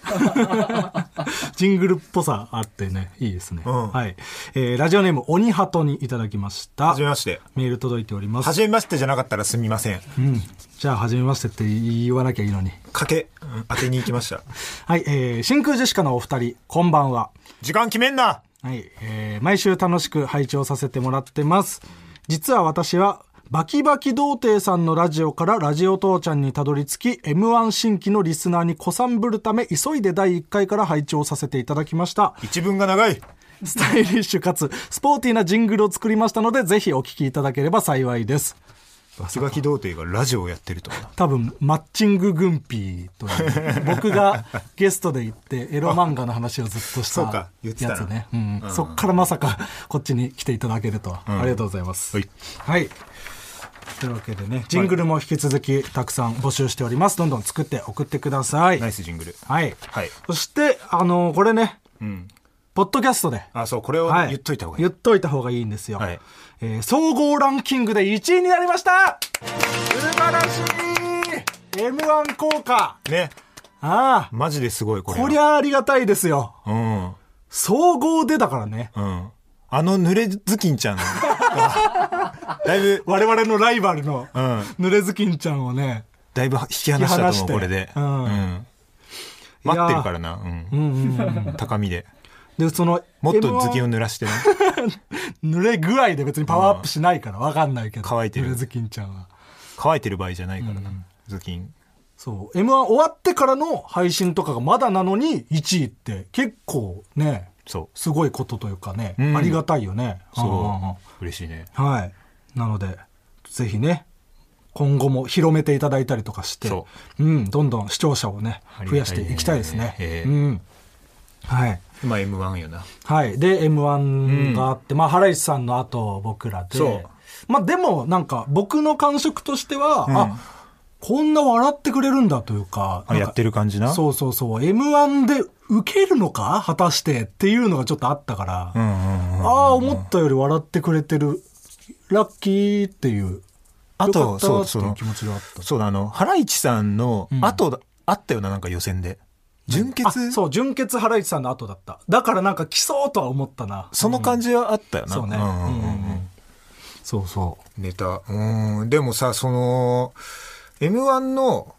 [SPEAKER 2] *laughs*
[SPEAKER 3] ジングルっぽさあってね、いいですね。
[SPEAKER 2] うん
[SPEAKER 3] はい。えーラジオネーム、鬼ハトにいただきました
[SPEAKER 2] はじ。めまして
[SPEAKER 3] メール届いております
[SPEAKER 2] は。じめましてじゃなかったらすみません
[SPEAKER 3] うん。じゃあ、はじめましてって言わなきゃいいのに。
[SPEAKER 2] 賭けうん当てに行きました
[SPEAKER 3] はい、えー真空ジェシカのお二人、こんばんは。
[SPEAKER 2] 時間決めんな
[SPEAKER 3] はい、えー毎週楽しく拝聴させてもらってます。実は私は、バキバキ童貞さんのラジオからラジオ父ちゃんにたどり着き、M1 新規のリスナーに子さんぶるため、急いで第1回から拝聴させていただきました。
[SPEAKER 2] 一文が長い
[SPEAKER 3] スタイリッシュかつ、スポーティーなジングルを作りましたので、ぜひお聞きいただければ幸いです。
[SPEAKER 2] バキバキ童貞がラジオをやってるとは
[SPEAKER 3] 多分マッチング軍ピーと
[SPEAKER 2] *laughs*
[SPEAKER 3] いう僕がゲストで行ってエロ漫画の話をずっとし
[SPEAKER 2] そう
[SPEAKER 3] た
[SPEAKER 2] か言
[SPEAKER 3] や
[SPEAKER 2] っ
[SPEAKER 3] つ
[SPEAKER 2] てたな
[SPEAKER 3] ね、うんそっからまさかこっちに来ていただけるとは、ありがとうございます
[SPEAKER 2] はい、
[SPEAKER 3] はいというわけでねジングルも引き続きたくさん募集しておりますどんどん作って送ってください、
[SPEAKER 2] ナイスジングル
[SPEAKER 3] はい、
[SPEAKER 2] はい
[SPEAKER 3] そしてあのこれね、
[SPEAKER 2] ん
[SPEAKER 3] ポッドキャストで
[SPEAKER 2] あそうこれを
[SPEAKER 3] はい
[SPEAKER 2] 言っといた方がいい、
[SPEAKER 3] 言っといた方がいいんですよ、
[SPEAKER 2] はい
[SPEAKER 3] えー総合ランキングで1位になりました素晴らしい m 1効果
[SPEAKER 2] ね
[SPEAKER 3] ああ
[SPEAKER 2] マジですごいこれは
[SPEAKER 3] こりゃありがたいですよ
[SPEAKER 2] うん
[SPEAKER 3] 総合でだからね
[SPEAKER 2] うんあの濡れずきんちゃん *laughs* がだいぶ
[SPEAKER 3] 我々のライバルの、
[SPEAKER 2] うん
[SPEAKER 3] 濡れずきんちゃんをね
[SPEAKER 2] だいぶ引き離した
[SPEAKER 3] 引き離
[SPEAKER 2] と
[SPEAKER 3] し
[SPEAKER 2] 思
[SPEAKER 3] て
[SPEAKER 2] うこれで、
[SPEAKER 3] うん
[SPEAKER 2] ん待ってるからなうん、高みで
[SPEAKER 3] でその
[SPEAKER 2] もっと
[SPEAKER 3] M1
[SPEAKER 2] ずきんを濡らしてね
[SPEAKER 3] 濡れ具合で別にパワーアップしないからわかんないけど
[SPEAKER 2] 乾いてる
[SPEAKER 3] 濡れずきんちゃんは
[SPEAKER 2] 乾いてる場合じゃないからな、頭巾
[SPEAKER 3] そう m 1終わってからの配信とかがまだなのに1位って結構ね
[SPEAKER 2] そ
[SPEAKER 3] すごいことというかね、
[SPEAKER 2] うん
[SPEAKER 3] ありがたいよね。
[SPEAKER 2] うそう、
[SPEAKER 3] んんうん
[SPEAKER 2] 嬉しいね
[SPEAKER 3] はい。なので、ぜひね、今後も広めていただいたりとかして、、
[SPEAKER 2] そう
[SPEAKER 3] ん、どんどん視聴者をね
[SPEAKER 2] あ、りがたいね
[SPEAKER 3] 増やしていきたいですね。
[SPEAKER 2] ええ
[SPEAKER 3] うん。はい。
[SPEAKER 2] まあ m 1よな
[SPEAKER 3] はい。で、M1 があって、まあ、原石さんの後、僕らで。
[SPEAKER 2] そう
[SPEAKER 3] まあ、でも、なんか、僕の感触としては、あ、こんな笑ってくれるんだというか、
[SPEAKER 2] あやって
[SPEAKER 3] る
[SPEAKER 2] る感じなう
[SPEAKER 3] そうそうそう。M1 で受けるのか果たしてっていうのがちょっとあったから。
[SPEAKER 2] んうんうん
[SPEAKER 3] ああ、思ったより笑ってくれてる。ラッキーっていう。
[SPEAKER 2] あと
[SPEAKER 3] よかった
[SPEAKER 2] そう
[SPEAKER 3] って
[SPEAKER 2] そ
[SPEAKER 3] い
[SPEAKER 2] の
[SPEAKER 3] う気持ちがあった。
[SPEAKER 2] そうだあのハライチさんの後だ、あったよななんか予選で純
[SPEAKER 3] あ
[SPEAKER 2] 潔そ
[SPEAKER 3] そう、純潔ハライチさんの後だった。だからなんか来そうとは思ったな。
[SPEAKER 2] の感じはあったよな、
[SPEAKER 3] そうね。
[SPEAKER 2] んうんうん
[SPEAKER 3] そうそう。
[SPEAKER 2] ネタうんでもさその m 1の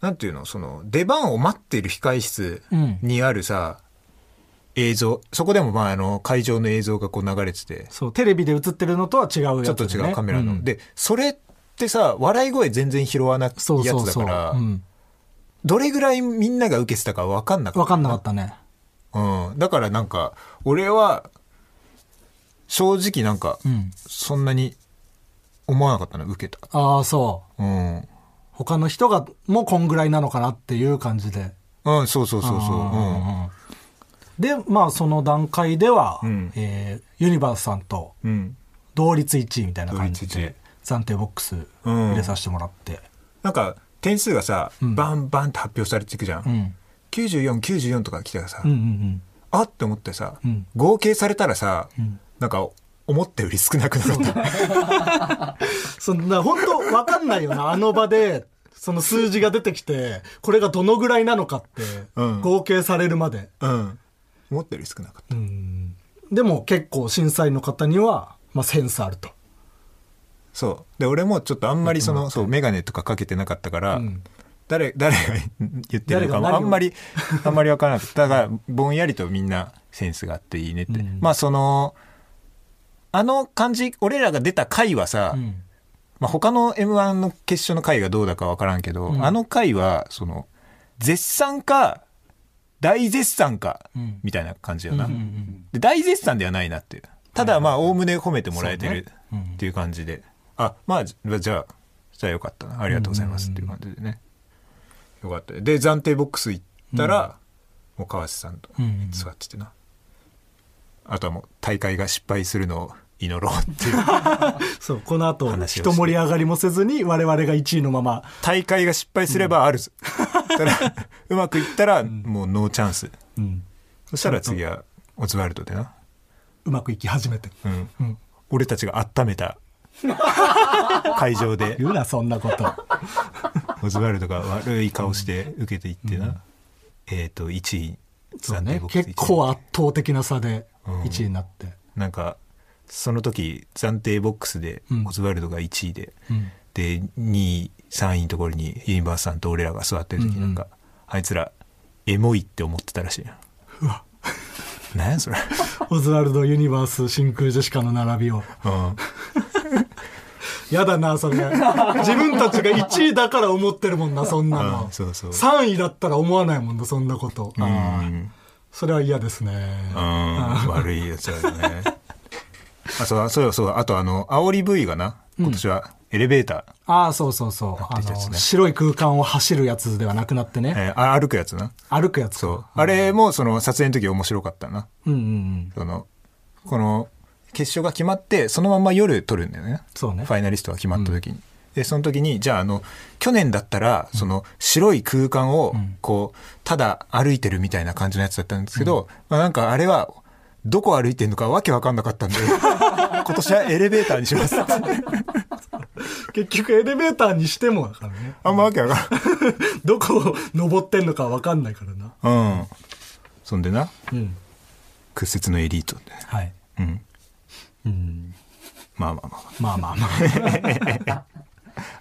[SPEAKER 2] なんていうのその出番を待ってる控室にあるさ、映像そこでもまああの会場の映像がこう流れてて
[SPEAKER 3] そう、テレビで映ってるのとは違うやつ、ね。
[SPEAKER 2] ちょっと違うカメラの。
[SPEAKER 3] うん、
[SPEAKER 2] で、それってさ、笑い声全然拾わないやつ
[SPEAKER 3] そうそう
[SPEAKER 2] だ
[SPEAKER 3] そう。
[SPEAKER 2] から
[SPEAKER 3] う、ん。
[SPEAKER 2] どれぐらいみんなが受けてたか分かんなか
[SPEAKER 3] わ
[SPEAKER 2] っ
[SPEAKER 3] かんなかったね。
[SPEAKER 2] た。うん。だからなんか、俺は、正直なんか
[SPEAKER 3] う、ん。
[SPEAKER 2] そんなに思わなかったの、受けた。
[SPEAKER 3] ああ、そう。
[SPEAKER 2] うん。
[SPEAKER 3] 他の人が、もうこんぐらいなのかなっていう感じで。
[SPEAKER 2] うん、そうそうそうそう。うん。
[SPEAKER 3] あーで、まあ、その段階では、
[SPEAKER 2] うん
[SPEAKER 3] えーユニバースさんと
[SPEAKER 2] うん。
[SPEAKER 3] 同率1位みたいな感じ
[SPEAKER 2] 同率一位
[SPEAKER 3] で暫定ボックス入れさせてもらって、
[SPEAKER 2] なんか、点数がさ、バンバンって発表されていくじゃん、9494とか来たらさ、
[SPEAKER 3] うんうん
[SPEAKER 2] あって思ってさ、
[SPEAKER 3] ん
[SPEAKER 2] 合計されたらさ、なんか思ったより少なくなかった
[SPEAKER 3] そんな、本当わかんないよ *laughs* な、あの場で、その数字が出てきて、これがどのぐらいなのかって、
[SPEAKER 2] うん
[SPEAKER 3] 合計されるまで。
[SPEAKER 2] うん思ったより少なかった、
[SPEAKER 3] でも結構審査員の方には、まあ、センスあると。
[SPEAKER 2] そうで俺もちょっとあんまりその、そう眼鏡とかかけてなかったから、誰誰が言ってるのかも
[SPEAKER 3] 誰が何を
[SPEAKER 2] あんまりあんまり分からなくてだからぼんやりとみんなセンスがあっていいねって、まあそのあの感じ俺らが出た回はさ、まあ、他の m 1の決勝の回がどうだか分からんけど、あの回はその絶賛か大絶賛かみたいな感じよな、で大絶賛ではないなっていうただまあおおむね褒めてもらえてるっていう感じで、あまあじじゃあじゃあよかったなありがとうございますっていう感じでね、よかったで暫定ボックス行ったら、もう川瀬さんと座っててな、あとはもう大会が失敗するのを祈ろうっていう
[SPEAKER 3] そう、この後、
[SPEAKER 2] 話をして
[SPEAKER 3] 一盛り上がりもせずに、我々が1位のまま。
[SPEAKER 2] 大会が失敗すればあるぞ、ただうまくいったらもうノーチャンス、そしたら次はオズワルドでな、
[SPEAKER 3] うまくいき始めて。
[SPEAKER 2] うん俺たちが温め *laughs* た会場で
[SPEAKER 3] 言うな、そんなこと。
[SPEAKER 2] オズワルドが悪い顔して受けていってな、えっ、と1位
[SPEAKER 3] *laughs* そう
[SPEAKER 2] 暫定
[SPEAKER 3] ね
[SPEAKER 2] ボ。ックス
[SPEAKER 3] 結構圧倒的な差で、1位になって。
[SPEAKER 2] なんかその時暫定ボックスでオズワルドが1位で、で2位3位のところにユニバースさんと俺らが座ってる時なんか、あいつらエモいって思ってたらしいな何や *laughs* それ、
[SPEAKER 3] オズワルド・ユニバース・真空ジェシカの並びを。
[SPEAKER 2] うん、
[SPEAKER 3] やだな、それ。自分たちが1位だから思ってるもんな、そんなの
[SPEAKER 2] う。んそうそう
[SPEAKER 3] 3位だったら思わないもんな、そんなこと。
[SPEAKER 2] うん
[SPEAKER 3] それは嫌ですね。
[SPEAKER 2] うん悪いやつだよねあそうそうよそうよあとあの煽り V がな今年はエレベータ
[SPEAKER 3] ああ、そうそうそう。
[SPEAKER 2] な
[SPEAKER 3] あ
[SPEAKER 2] ってるやつね
[SPEAKER 3] の、白い空間を走るやつではなくなって
[SPEAKER 2] ー、
[SPEAKER 3] ね。
[SPEAKER 2] えーあ歩くやつな
[SPEAKER 3] 歩くやつ。
[SPEAKER 2] そうあれもその撮影の時面白かったな
[SPEAKER 3] うんうんうん。
[SPEAKER 2] そのこの決勝が決まってそのまま夜撮るんだよね
[SPEAKER 3] そうね
[SPEAKER 2] ファイナリストが決まった時に、でその時にじゃああの去年だったらその白い空間をこうただ歩いてるみたいな感じのやつだったんですけど、まあ、なんかあれはどこ歩いてるのかわけわかんなかった
[SPEAKER 3] *laughs*
[SPEAKER 2] んで今年はエレベーターにしますって
[SPEAKER 3] 結局エレベーターにしてもだからね。
[SPEAKER 2] あんまわけわかんない
[SPEAKER 3] どこを登ってんのかわかんないからな。
[SPEAKER 2] うんそんでな
[SPEAKER 3] うん。
[SPEAKER 2] 屈折のエリートで
[SPEAKER 3] はい。
[SPEAKER 2] うん
[SPEAKER 3] うん。
[SPEAKER 2] まあまあま
[SPEAKER 3] まあまあまあ。
[SPEAKER 2] *laughs* あ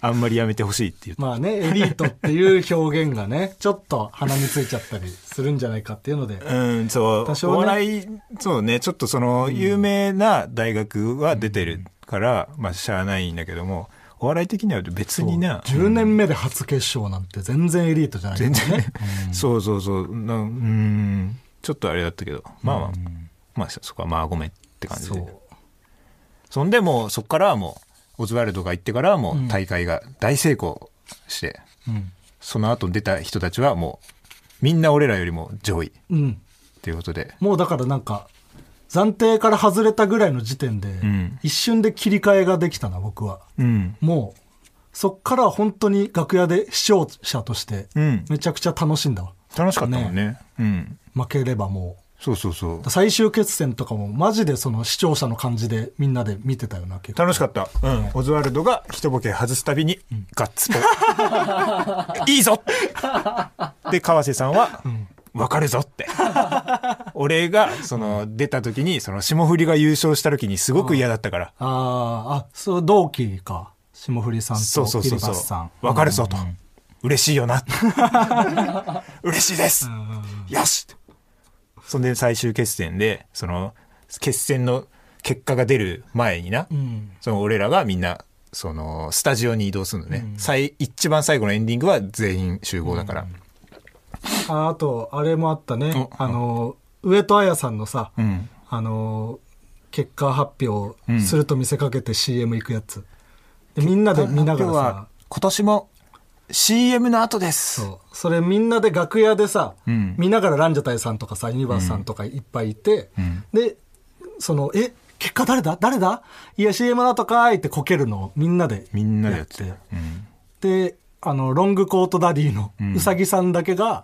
[SPEAKER 2] あんまりやめてほしいって言って
[SPEAKER 3] まあね、エリートっていう表現がね、 *laughs* ちょっと鼻についちゃったりするんじゃないかっていうので。
[SPEAKER 2] うん、そう、
[SPEAKER 3] 多少ね
[SPEAKER 2] お笑い、そうね、ちょっとその、有名な大学は出てるから、まあ、しゃあないんだけども、お笑い的には別にな、
[SPEAKER 3] 10年目で初決勝なんて全然エリートじゃないから
[SPEAKER 2] 全
[SPEAKER 3] ね
[SPEAKER 2] 然、そうそうそう、なうん、ちょっとあれだったけど、まあまあ、まあ、そこはまあごめんって感じ
[SPEAKER 3] そ
[SPEAKER 2] で
[SPEAKER 3] う。。
[SPEAKER 2] そんでもう、そこからはもう、オズワルドが行ってからはもう、大会が大成功して、
[SPEAKER 3] うん。
[SPEAKER 2] その後出た人たちはもう、みんな俺らよりも上位っ
[SPEAKER 3] うん。
[SPEAKER 2] ていうことで、
[SPEAKER 3] もうだからなんか、暫定から外れたぐらいの時点で、
[SPEAKER 2] ん
[SPEAKER 3] 一瞬で切り替えができたな、僕は。
[SPEAKER 2] うん、
[SPEAKER 3] もう、そっからは本当に楽屋で視聴者として
[SPEAKER 2] うん、
[SPEAKER 3] めちゃくちゃ楽しんだわ。
[SPEAKER 2] 楽しかったもんねうん。
[SPEAKER 3] 負ければも
[SPEAKER 2] そうそうそう
[SPEAKER 3] う。。最終決戦とかもマジでその視聴者の感じでみんなで見てたよな、結構。
[SPEAKER 2] 楽しかった。うん。オズワルドが一ボケ外すたびに、ガッツポ。 *laughs* いいぞで、川瀬さんは、わかるぞ *laughs* って。俺が、その、出た時に、その、霜降りが優勝した時にすごく嫌だったから、
[SPEAKER 3] ああ、あ、そう、同期か。霜降りさん
[SPEAKER 2] そうそ
[SPEAKER 3] と
[SPEAKER 2] う
[SPEAKER 3] キ
[SPEAKER 2] そ
[SPEAKER 3] リ
[SPEAKER 2] う
[SPEAKER 3] バスさん
[SPEAKER 2] そ。う。わかるぞと。嬉しいよな。 *laughs* 嬉しいです。よしそんで最終決戦で、その、決戦の結果が出る前にな、
[SPEAKER 3] ん
[SPEAKER 2] その俺らがみんな、その、スタジオに移動するのね。最、一番最後のエンディングは全員集合だから。
[SPEAKER 3] ああと、あれもあったね
[SPEAKER 2] お。
[SPEAKER 3] あの、上戸彩さんのさ、
[SPEAKER 2] うん
[SPEAKER 3] あの、結果発表すると見せかけて CM 行くやつ。でみんなで見ながら
[SPEAKER 2] 今日は
[SPEAKER 3] さ、
[SPEAKER 2] 今年も CM の後です。
[SPEAKER 3] そう。それみんなで楽屋でさ、
[SPEAKER 2] ん
[SPEAKER 3] 見ながらランジャタイさんとかさ、ユニバースさんとかいっぱいいて、で、その、え、結果誰だ誰だいや CM だとかーいってこけるのをみんなで。
[SPEAKER 2] みんなでやって。
[SPEAKER 3] やっ
[SPEAKER 2] うん
[SPEAKER 3] で、あの、ロングコートダディのうさぎさんだけが、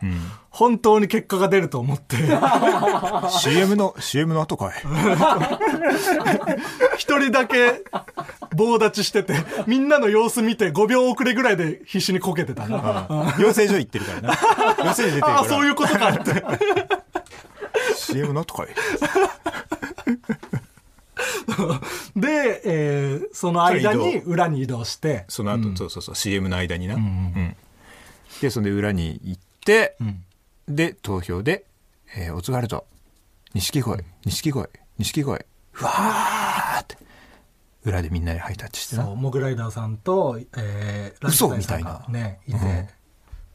[SPEAKER 3] 本当に結果が出ると思って、 *laughs*
[SPEAKER 2] CM の CM の後かい
[SPEAKER 3] 一人だけ棒立ちしてて、みんなの様子見て5秒遅れぐらいで必死にこけてたな。
[SPEAKER 2] 養成所行ってるからな養成所出てるから
[SPEAKER 3] ああ、そういうことかって。
[SPEAKER 2] *laughs* CM の後かい
[SPEAKER 3] で、えーその間に裏に移動して、
[SPEAKER 2] その後、そうそうそう CM の間にな、うんでそれで裏に行って、で投票で、えー、オズワルド錦鯉錦鯉錦鯉うわーって裏でみんなでハイタッチして
[SPEAKER 3] そ
[SPEAKER 2] な
[SPEAKER 3] う、モグライダーさんと、えー、ラジタイさん
[SPEAKER 2] 嘘
[SPEAKER 3] が
[SPEAKER 2] みたいな
[SPEAKER 3] ね、いて、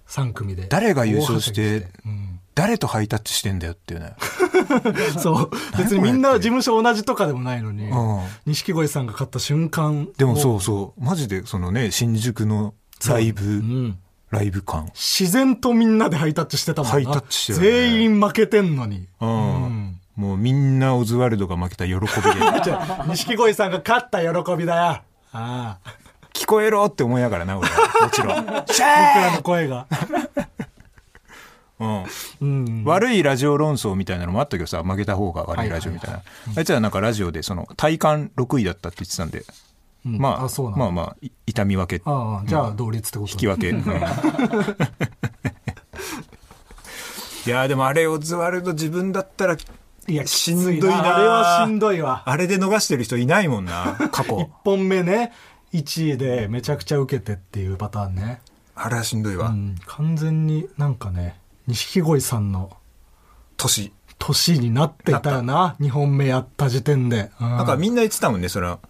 [SPEAKER 3] 3組で。
[SPEAKER 2] 誰が優勝して
[SPEAKER 3] 大はしゃぎうん
[SPEAKER 2] 誰とハイタッチしてんだよっていうね
[SPEAKER 3] *laughs* そう。別にみんな事務所同じとかでもないのに
[SPEAKER 2] うん、
[SPEAKER 3] 錦鯉さんが勝った瞬間。
[SPEAKER 2] でもそうそうマジでそのね新宿のライブ、
[SPEAKER 3] うん
[SPEAKER 2] ライブ感
[SPEAKER 3] 自然とみんなでハイタッチしてたもんな。
[SPEAKER 2] ハイタッチしてたね
[SPEAKER 3] 全員負けてん
[SPEAKER 2] *laughs*
[SPEAKER 3] のに。
[SPEAKER 2] うん、もうみんなオズワルドが負けた喜びで *laughs*
[SPEAKER 3] じゃあ錦鯉さんが勝った喜びだよ。ああ。
[SPEAKER 2] 聞こえろって思いながらな俺はもち *laughs* ろんシ
[SPEAKER 3] 僕
[SPEAKER 2] ャ
[SPEAKER 3] らの声が。
[SPEAKER 2] ー、うん
[SPEAKER 3] うん。
[SPEAKER 2] 悪いラジオ論争みたいなのもあったけどさ負けた方が悪いラジオみたいな、あいつらなんかラジオでその体感6位だったって言ってたんで、まあ
[SPEAKER 3] あそうなんだ
[SPEAKER 2] まあ *laughs* まあい痛み分け
[SPEAKER 3] ああ、じゃあ同率ってこと
[SPEAKER 2] 引き分
[SPEAKER 3] *laughs*
[SPEAKER 2] け、うんいやーでもあれオズワルド自分だったら
[SPEAKER 3] いや、
[SPEAKER 2] しんどいな
[SPEAKER 3] あれはしんどいわ。
[SPEAKER 2] あれで逃してる人い *laughs* ないもんな過
[SPEAKER 3] 1
[SPEAKER 2] 去
[SPEAKER 3] 本目ね、1位でめちゃくちゃ受けてっていうパターンね。
[SPEAKER 2] あれはしんどいわ、
[SPEAKER 3] うん、完全になんかね、錦鯉さんの
[SPEAKER 2] 年
[SPEAKER 3] 年になっていたよな。2本目やった時点で。う
[SPEAKER 2] なんかみんな言ってたもんねその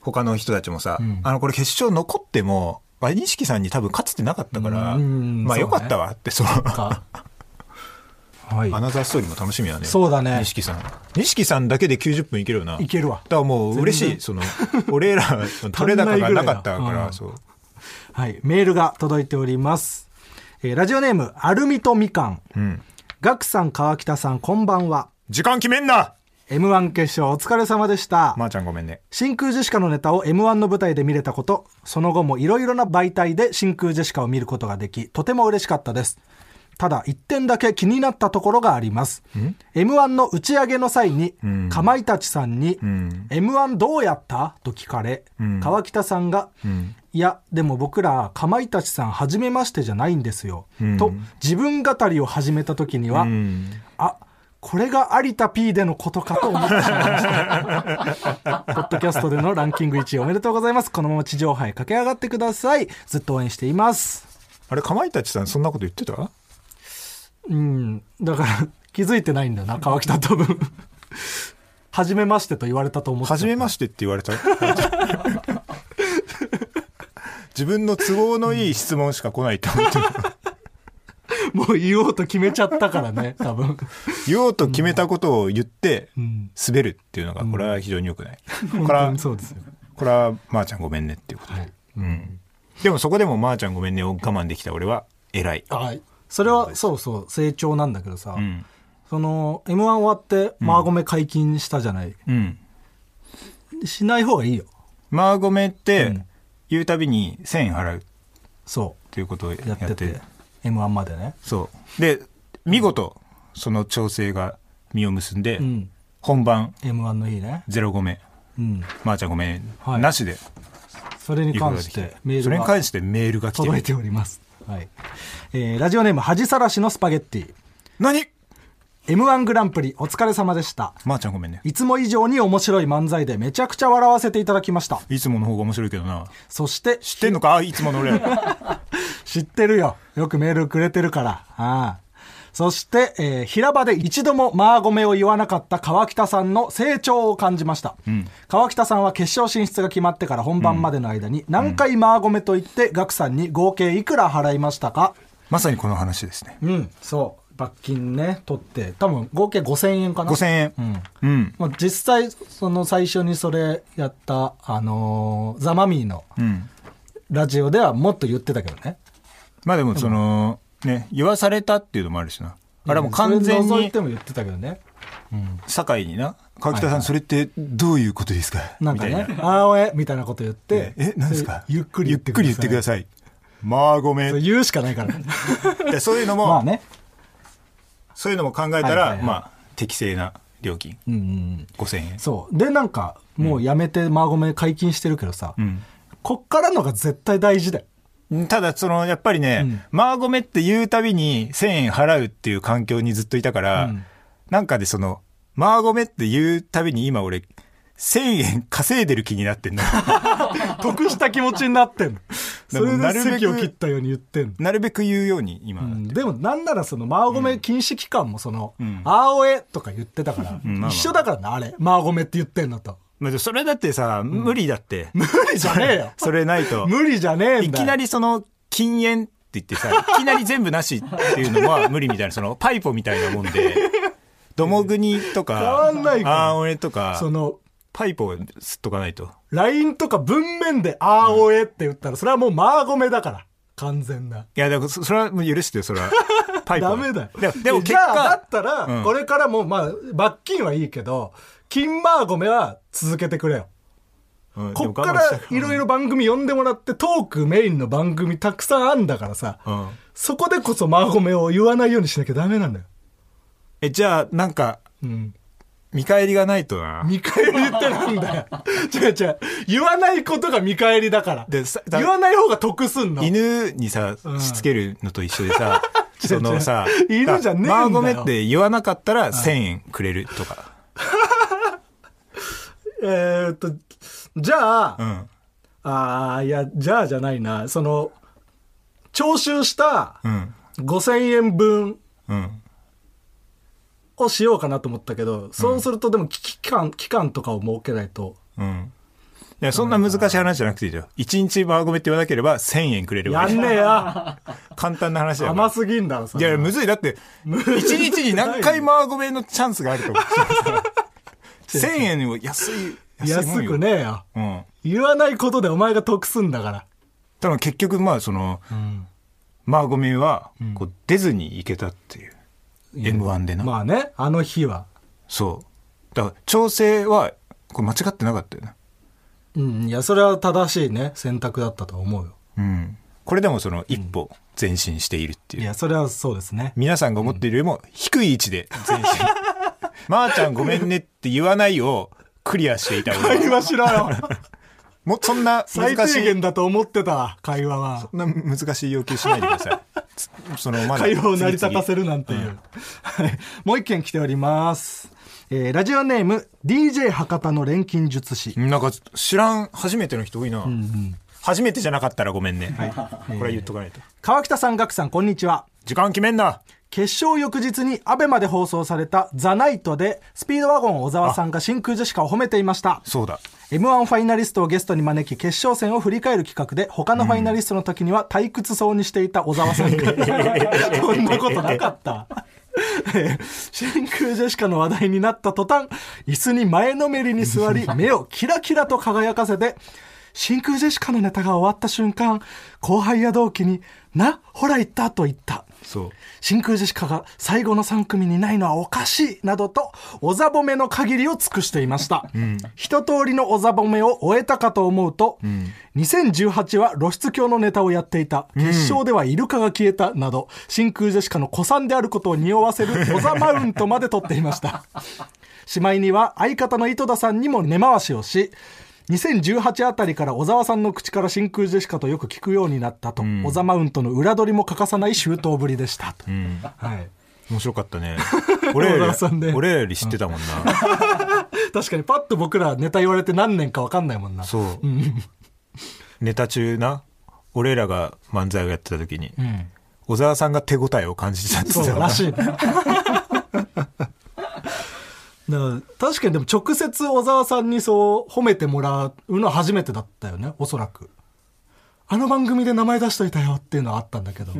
[SPEAKER 2] 他の人たちもさ、あのこれ決勝残っても和錦さんに多分勝つってなかったから、
[SPEAKER 3] うん
[SPEAKER 2] まあ
[SPEAKER 3] そう
[SPEAKER 2] よ
[SPEAKER 3] ね
[SPEAKER 2] かったわってその
[SPEAKER 3] *laughs* か。はい。
[SPEAKER 2] アナザーストーリーも楽しみだね。
[SPEAKER 3] そうだね
[SPEAKER 2] 錦さん。錦さんだけで90分いけるよな。
[SPEAKER 3] いけるわ
[SPEAKER 2] だからもう嬉しい。その、俺ら、
[SPEAKER 3] *laughs*
[SPEAKER 2] 取れ高がなかった
[SPEAKER 3] 足んない
[SPEAKER 2] か
[SPEAKER 3] ぐらいだ
[SPEAKER 2] ら、
[SPEAKER 3] うん
[SPEAKER 2] そう。
[SPEAKER 3] はい、メールが届いております。えーラジオネーム、アルミとみかん。
[SPEAKER 2] うん。
[SPEAKER 3] ガクさん、川北さん、こんばんは。
[SPEAKER 2] 時間決めんな
[SPEAKER 3] M1 決勝お疲れ様でした。
[SPEAKER 2] まー、ちゃんごめんね。
[SPEAKER 3] 真空ジェシカのネタを M1 の舞台で見れたこと、その後もいろいろな媒体で真空ジェシカを見ることができ、とても嬉しかったです。ただ、一点だけ気になったところがあります。M1 の打ち上げの際に、かまいたちさんに、M1 どうやったと聞かれ、川北さんが、いや、でも僕ら、かまいたちさん、初めましてじゃないんですよ。と、自分語りを始めた時には、あ、これが有田 P でのことかと思ってしまいました。ポッドキャストでのランキング1位おめでとうございます。このまま地上波へ駆け上がってください。ずっと応援しています。
[SPEAKER 2] あれ、かまいたちさんそんなこと言ってた
[SPEAKER 3] うん。だから、気づいてないんだな、川北多分。はじめましてと言われたと思って。
[SPEAKER 2] 初めましてって言われ
[SPEAKER 3] *laughs*
[SPEAKER 2] た。 *laughs* 自分の都合のいい質問しか来ないって思ってる
[SPEAKER 3] もう言おうと決めちゃったからね、多分。
[SPEAKER 2] 言おうと決めたことを言って
[SPEAKER 3] ん、
[SPEAKER 2] 滑るっていうのが、これは非常に良く
[SPEAKER 3] *laughs*
[SPEAKER 2] ない。これは
[SPEAKER 3] 本当にそうですよ。
[SPEAKER 2] これは、まーちゃんごめんねっていうことで。うん。でもそこでも、まーちゃんごめんねを我慢できた俺は、偉い。
[SPEAKER 3] はい。それは、そうそう、成長なんだけどさ、
[SPEAKER 2] うん。
[SPEAKER 3] その、M1 終わって、マーゴメ解禁したじゃない。
[SPEAKER 2] うん。
[SPEAKER 3] しない方がいいよ。
[SPEAKER 2] マーゴメっ
[SPEAKER 3] うん
[SPEAKER 2] て、言うたびに1000円払うっ
[SPEAKER 3] そ
[SPEAKER 2] ていうことをやっ
[SPEAKER 3] う。やって
[SPEAKER 2] て
[SPEAKER 3] て。M1 までね。
[SPEAKER 2] そう。で、見事、その調整が実を結んで、
[SPEAKER 3] うん。
[SPEAKER 2] 本番、
[SPEAKER 3] M1 のいいね。
[SPEAKER 2] ゼロごめん、
[SPEAKER 3] うん。
[SPEAKER 2] まーちゃんごめん、
[SPEAKER 3] はい
[SPEAKER 2] なしで
[SPEAKER 3] それに
[SPEAKER 2] 言うことが
[SPEAKER 3] 関
[SPEAKER 2] で
[SPEAKER 3] し
[SPEAKER 2] きて
[SPEAKER 3] てメー
[SPEAKER 2] そ
[SPEAKER 3] ル
[SPEAKER 2] れに
[SPEAKER 3] が
[SPEAKER 2] 関してメールが来て
[SPEAKER 3] 届い
[SPEAKER 2] る。
[SPEAKER 3] ております、はいえーラジオネーム恥さらしのスパゲッティ
[SPEAKER 2] 何
[SPEAKER 3] m 1グランプリお疲れ様でした
[SPEAKER 2] まーちゃんごめんね。
[SPEAKER 3] いつも以上に面白い漫才でめちゃくちゃ笑わせていただきました
[SPEAKER 2] いつもの方が面白いけどな。
[SPEAKER 3] そして
[SPEAKER 2] 知ってんのかあいつもの俺
[SPEAKER 3] *laughs*
[SPEAKER 2] ら。
[SPEAKER 3] 知ってるよよくメールくれてるからああそして、えー平場で一度もマーゴメを言わなかった川北さんの成長を感じました、川北さんは決勝進出が決まってから本番までの間に何回マーゴメと言ってガクさんに合計いくら払いましたか、
[SPEAKER 2] まさにこの話ですね。
[SPEAKER 3] うん、そう。罰金ね、取って、多分合計5000円かな。
[SPEAKER 2] 5000円。うん。
[SPEAKER 3] まあ、実際、その最初にそれやった、あのーザ・マミーの
[SPEAKER 2] うん。
[SPEAKER 3] ラジオではもっと言ってたけどね。
[SPEAKER 2] まあでもその、ね、言わされたっていうのもあるしな。あれもう
[SPEAKER 3] そ
[SPEAKER 2] 完全
[SPEAKER 3] れ除い
[SPEAKER 2] に
[SPEAKER 3] て、も言ってたけどね。
[SPEAKER 2] 堺にな、川北さんそれってどういうことですか
[SPEAKER 3] なんかね、あーおえみたいなこと言って、
[SPEAKER 2] え、何ですか
[SPEAKER 3] ゆっくり
[SPEAKER 2] ゆ
[SPEAKER 3] 言
[SPEAKER 2] っ
[SPEAKER 3] って
[SPEAKER 2] くり言ってくだ
[SPEAKER 3] い。
[SPEAKER 2] さい。まあごめ。
[SPEAKER 3] そうん言うしかないから。
[SPEAKER 2] *laughs* でそういうのも、
[SPEAKER 3] まあね。
[SPEAKER 2] そういうのも考えたら、
[SPEAKER 3] はいはいはい
[SPEAKER 2] まあ、適正な料金。
[SPEAKER 3] うんうんうん。
[SPEAKER 2] 5000円。
[SPEAKER 3] そう。で、なんか、もうやめて、マーゴメ解禁してるけどさ、
[SPEAKER 2] ん
[SPEAKER 3] こっからのが絶対大事だよ。
[SPEAKER 2] ただ、その、やっぱりね、マーゴメって言うたびに1000円払うっていう環境にずっといたから、なんかでその、マーゴメって言うたびに今俺、1000円稼いでる気になって
[SPEAKER 3] *laughs*
[SPEAKER 2] んの。
[SPEAKER 3] 得した気持ちになってんの。
[SPEAKER 2] *laughs* で
[SPEAKER 3] そ
[SPEAKER 2] も
[SPEAKER 3] れ
[SPEAKER 2] な
[SPEAKER 3] で
[SPEAKER 2] るべく
[SPEAKER 3] 席を切ったように言ってんの。
[SPEAKER 2] なるべく言うように今。
[SPEAKER 3] うんでもなんならそのマーゴメ禁止期間もその、
[SPEAKER 2] ん
[SPEAKER 3] あーおえとか言ってたから、
[SPEAKER 2] んまあまあ
[SPEAKER 3] 一緒だからな、あれ。マーゴメって言ってんのと。
[SPEAKER 2] まあでもそれだってさ、無理だって。。
[SPEAKER 3] 無理じゃねえよ
[SPEAKER 2] *laughs* それないと。
[SPEAKER 3] 無理じゃねえんだよ。
[SPEAKER 2] いきなりその、禁煙って言
[SPEAKER 3] *laughs*
[SPEAKER 2] ってさ、いきなり全部なしっていうのは無理みたいな、その、パイポみたいなもん
[SPEAKER 3] *laughs*
[SPEAKER 2] で、ドモグニとか、
[SPEAKER 3] 変わんないから
[SPEAKER 2] あー俺とか、
[SPEAKER 3] その、
[SPEAKER 2] パイポを吸っとかないと。
[SPEAKER 3] LINE とか文面で、あーおえって言ったら、それはもうマーゴメだから。完全な。
[SPEAKER 2] いや、だからそそれはもう許してよ、それ
[SPEAKER 3] *laughs*
[SPEAKER 2] は。パイポ
[SPEAKER 3] ダ
[SPEAKER 2] は。
[SPEAKER 3] メだよ。
[SPEAKER 2] でもでも結
[SPEAKER 3] じゃあ、だ
[SPEAKER 2] 果
[SPEAKER 3] っ、たら、
[SPEAKER 2] うん
[SPEAKER 3] これからも、まあ、罰金はいいけど、金マーゴメは続けてくれよ。
[SPEAKER 2] うん
[SPEAKER 3] こっか
[SPEAKER 2] でも我慢した
[SPEAKER 3] ら、いろいろ番組呼んでもらって、トークメインの番組たくさんあんだからさ、
[SPEAKER 2] うん
[SPEAKER 3] そこでこそマーゴメを言わないようにしなきゃダメなんだよ。
[SPEAKER 2] え、じゃあ、なんか、
[SPEAKER 3] うん。
[SPEAKER 2] 見返りがないとな。
[SPEAKER 3] 見返りってなんだよ。 *laughs* 違う違う。言わないことが見返りだから。
[SPEAKER 2] でさだ
[SPEAKER 3] 言わない方が得すんの。
[SPEAKER 2] 犬にさ、
[SPEAKER 3] ん
[SPEAKER 2] しつけるのと一緒で
[SPEAKER 3] *laughs*
[SPEAKER 2] さ、そのさ、
[SPEAKER 3] 違う犬じゃねえんだよ
[SPEAKER 2] マーゴメって言わなかったら1000円くれるとか。
[SPEAKER 3] えーっと、じゃあ、
[SPEAKER 2] うん。
[SPEAKER 3] ああ、いや、じゃあじゃないな。その、徴収した
[SPEAKER 2] うん。
[SPEAKER 3] 5000円分
[SPEAKER 2] うん。
[SPEAKER 3] をしようかなと思ったけど、そうするとでも期間、期間とかを設けないと。
[SPEAKER 2] うん。いや、そんな難しい話じゃなくていいじゃん。1日マーゴメって言わなければ1000円くれる
[SPEAKER 3] や
[SPEAKER 2] わけ
[SPEAKER 3] んねえや。
[SPEAKER 2] 簡単な話だよ。
[SPEAKER 3] 甘すぎんだろ、そ
[SPEAKER 2] いや、
[SPEAKER 3] れ。
[SPEAKER 2] むずい。だって、一日に何回マーゴメのチャンスがある *laughs* と思う。1000円を安い、も
[SPEAKER 3] 安
[SPEAKER 2] んよ
[SPEAKER 3] く。ねえよ。
[SPEAKER 2] うん。
[SPEAKER 3] 言わないことでお前が得すんだから。
[SPEAKER 2] ただ結局、まあ、その、マーゴメは、こう、出ずに行けたっていう。M1 でな。
[SPEAKER 3] まあね、あの日は。
[SPEAKER 2] そう。だから、調整は、これ間違ってなかったよな。
[SPEAKER 3] うん、いや、それは正しいね、選択だったと思うよ。
[SPEAKER 2] うん。これでもその、一歩前進しているっていう。
[SPEAKER 3] いや、それはそうですね。
[SPEAKER 2] 皆さんが思っているよりも低い位置で前進。まーちゃんごめんねって言わないをクリアしていた俺は。
[SPEAKER 3] 会話しろよ。
[SPEAKER 2] もうそんな
[SPEAKER 3] 最
[SPEAKER 2] 難し
[SPEAKER 3] 低
[SPEAKER 2] い
[SPEAKER 3] 限だと思ってた、会話は。
[SPEAKER 2] そんな難しい要求しないでください。つそのまだ
[SPEAKER 3] 会話を成り立たせ
[SPEAKER 2] る。
[SPEAKER 3] るなんていう。はいもう一件来ております。えーラジオネーム、DJ 博多の錬金術師。
[SPEAKER 2] なんか知らん初めての人多いな。初めてじゃなかったらごめんね。これは言っとかないと。
[SPEAKER 3] 川北さん、ガクさん、こんにちは。
[SPEAKER 2] 時間決めんな。
[SPEAKER 3] 決勝翌日にアベまで放送されたザ・ナイトでスピードワゴン小沢さんが真空ジェシカを褒めていました。
[SPEAKER 2] そうだ。
[SPEAKER 3] M1 ファイナリストをゲストに招き決勝戦を振り返る企画で他のファイナリストの時には退屈そうにしていた小
[SPEAKER 2] *laughs*
[SPEAKER 3] 沢さんがそんなことなかった。えー真空ジェシカの話題になった途端椅子に前のめりに
[SPEAKER 2] *laughs*
[SPEAKER 3] 座り目をキラキラと輝かせて真空ジェシカのネタが終わった瞬間後輩や同期に「なほら言った」と言った。
[SPEAKER 2] そう。
[SPEAKER 3] 真空ジェシカが最後の3組にないのはおかしいなどと、おざ褒めの限りを尽くしていました。一通りのおざ褒めを終えたかと思うと、2018は露出狂のネタをやっていた、決勝ではイルカが消えたなど、真空ジェシカの古参であることを匂わせるおざマウントまで取っていました。しまいには相方の井戸田さんにも根回しをし、2018あたりから小沢さんの口から真空ジェシカとよく聞くようになったと、小沢マウントの裏取りも欠かさない周到ぶりでしたと。はい、
[SPEAKER 2] 面白かったね。俺ら
[SPEAKER 3] 小沢さ
[SPEAKER 2] よ
[SPEAKER 3] ん
[SPEAKER 2] り、
[SPEAKER 3] ね
[SPEAKER 2] 俺らより知ってたもんな。
[SPEAKER 3] 確かにパッと僕らネタ言われて何年か分かんないもんな。
[SPEAKER 2] そう。ネタ中な、俺らが漫才をやってた時に、小沢さんが手応えを感じてたって
[SPEAKER 3] そう
[SPEAKER 2] 言ってた
[SPEAKER 3] らしいね。 *laughs* だから確かにでも直接小沢さんにそう褒めてもらうのは初めてだったよねおそらくあの番組で名前出しといたよっていうのはあったんだけど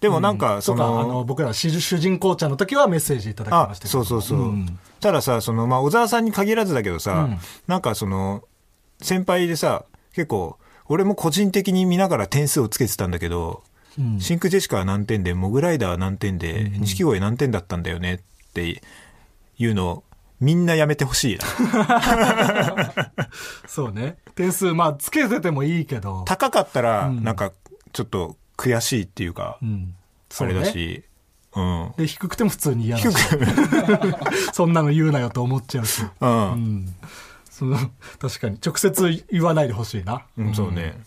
[SPEAKER 2] でもなんか、そ
[SPEAKER 3] そ
[SPEAKER 2] う
[SPEAKER 3] かあ
[SPEAKER 2] の、
[SPEAKER 3] の僕ら主人公ちゃんの時はメッセージいただきましたけど
[SPEAKER 2] そうそうそう、たださその、まあ、小沢さんに限らずだけどさ、なんかその先輩でさ結構俺も個人的に見ながら点数をつけてたんだけど、真空ジェシカは何点でモグライダーは何点で錦鯉、何点だったんだよねっていうのをみんなやめてほしいな。
[SPEAKER 3] そうね。点数、まあ、つけててもいいけど。
[SPEAKER 2] 高かったら、なんか、ちょっと悔しいっていうか、
[SPEAKER 3] うん。
[SPEAKER 2] それだし、うん。
[SPEAKER 3] で、低くても普通に嫌だし。 *laughs* そんなの言うなよと思っちゃうし。
[SPEAKER 2] うん。
[SPEAKER 3] うん。その、確かに。直接言わないでほしいな。
[SPEAKER 2] うんそうね。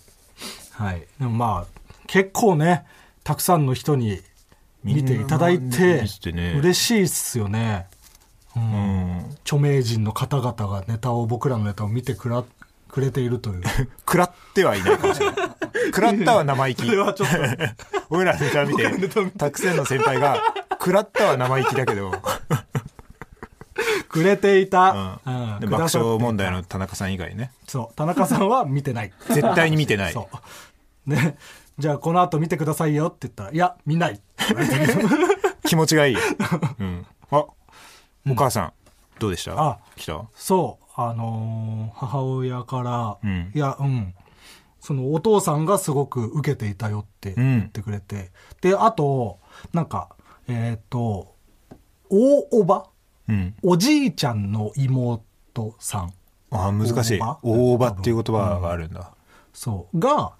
[SPEAKER 3] はい。でもまあ、結構ね、たくさんの人に見ていただいて
[SPEAKER 2] 見て、ね
[SPEAKER 3] 嬉しいっすよね。
[SPEAKER 2] うん。
[SPEAKER 3] 著名人の方々がネタを、僕らのネタを見てくら、くれてい
[SPEAKER 2] *laughs*
[SPEAKER 3] るという。
[SPEAKER 2] 食らってはいないかもし
[SPEAKER 3] *laughs*
[SPEAKER 2] れない。食らったは生意気。
[SPEAKER 3] はちょっと、
[SPEAKER 2] *laughs* 俺らのネタ見て、たくさんの先輩が、食らったは生意気だけ
[SPEAKER 3] *laughs*
[SPEAKER 2] ど、
[SPEAKER 3] くれていた。
[SPEAKER 2] う
[SPEAKER 3] うん
[SPEAKER 2] ん。で
[SPEAKER 3] く
[SPEAKER 2] 爆
[SPEAKER 3] ださっ
[SPEAKER 2] 笑問題の田中さん以外ね。
[SPEAKER 3] そう。田中さんは見て
[SPEAKER 2] *laughs*
[SPEAKER 3] ない。
[SPEAKER 2] 絶対に見てない。
[SPEAKER 3] そう。ね。じゃあ、この後見てくださいよって言ったら、いや、見ない。 *laughs*
[SPEAKER 2] 気持ちがいい。うん。あ、お母さん、どうでした
[SPEAKER 3] あ
[SPEAKER 2] 来た
[SPEAKER 3] そう。あのー母親から、
[SPEAKER 2] うん
[SPEAKER 3] いや、うん。その、お父さんがすごく受けていたよっ
[SPEAKER 2] う
[SPEAKER 3] て
[SPEAKER 2] ん
[SPEAKER 3] 言ってくれて。で、あと、なんか、えっ、と、大おば
[SPEAKER 2] うん。
[SPEAKER 3] おじいちゃんの妹さん。
[SPEAKER 2] あー難しい
[SPEAKER 3] 大葉。
[SPEAKER 2] 大葉っていう言葉があるんだ。
[SPEAKER 3] そう。が、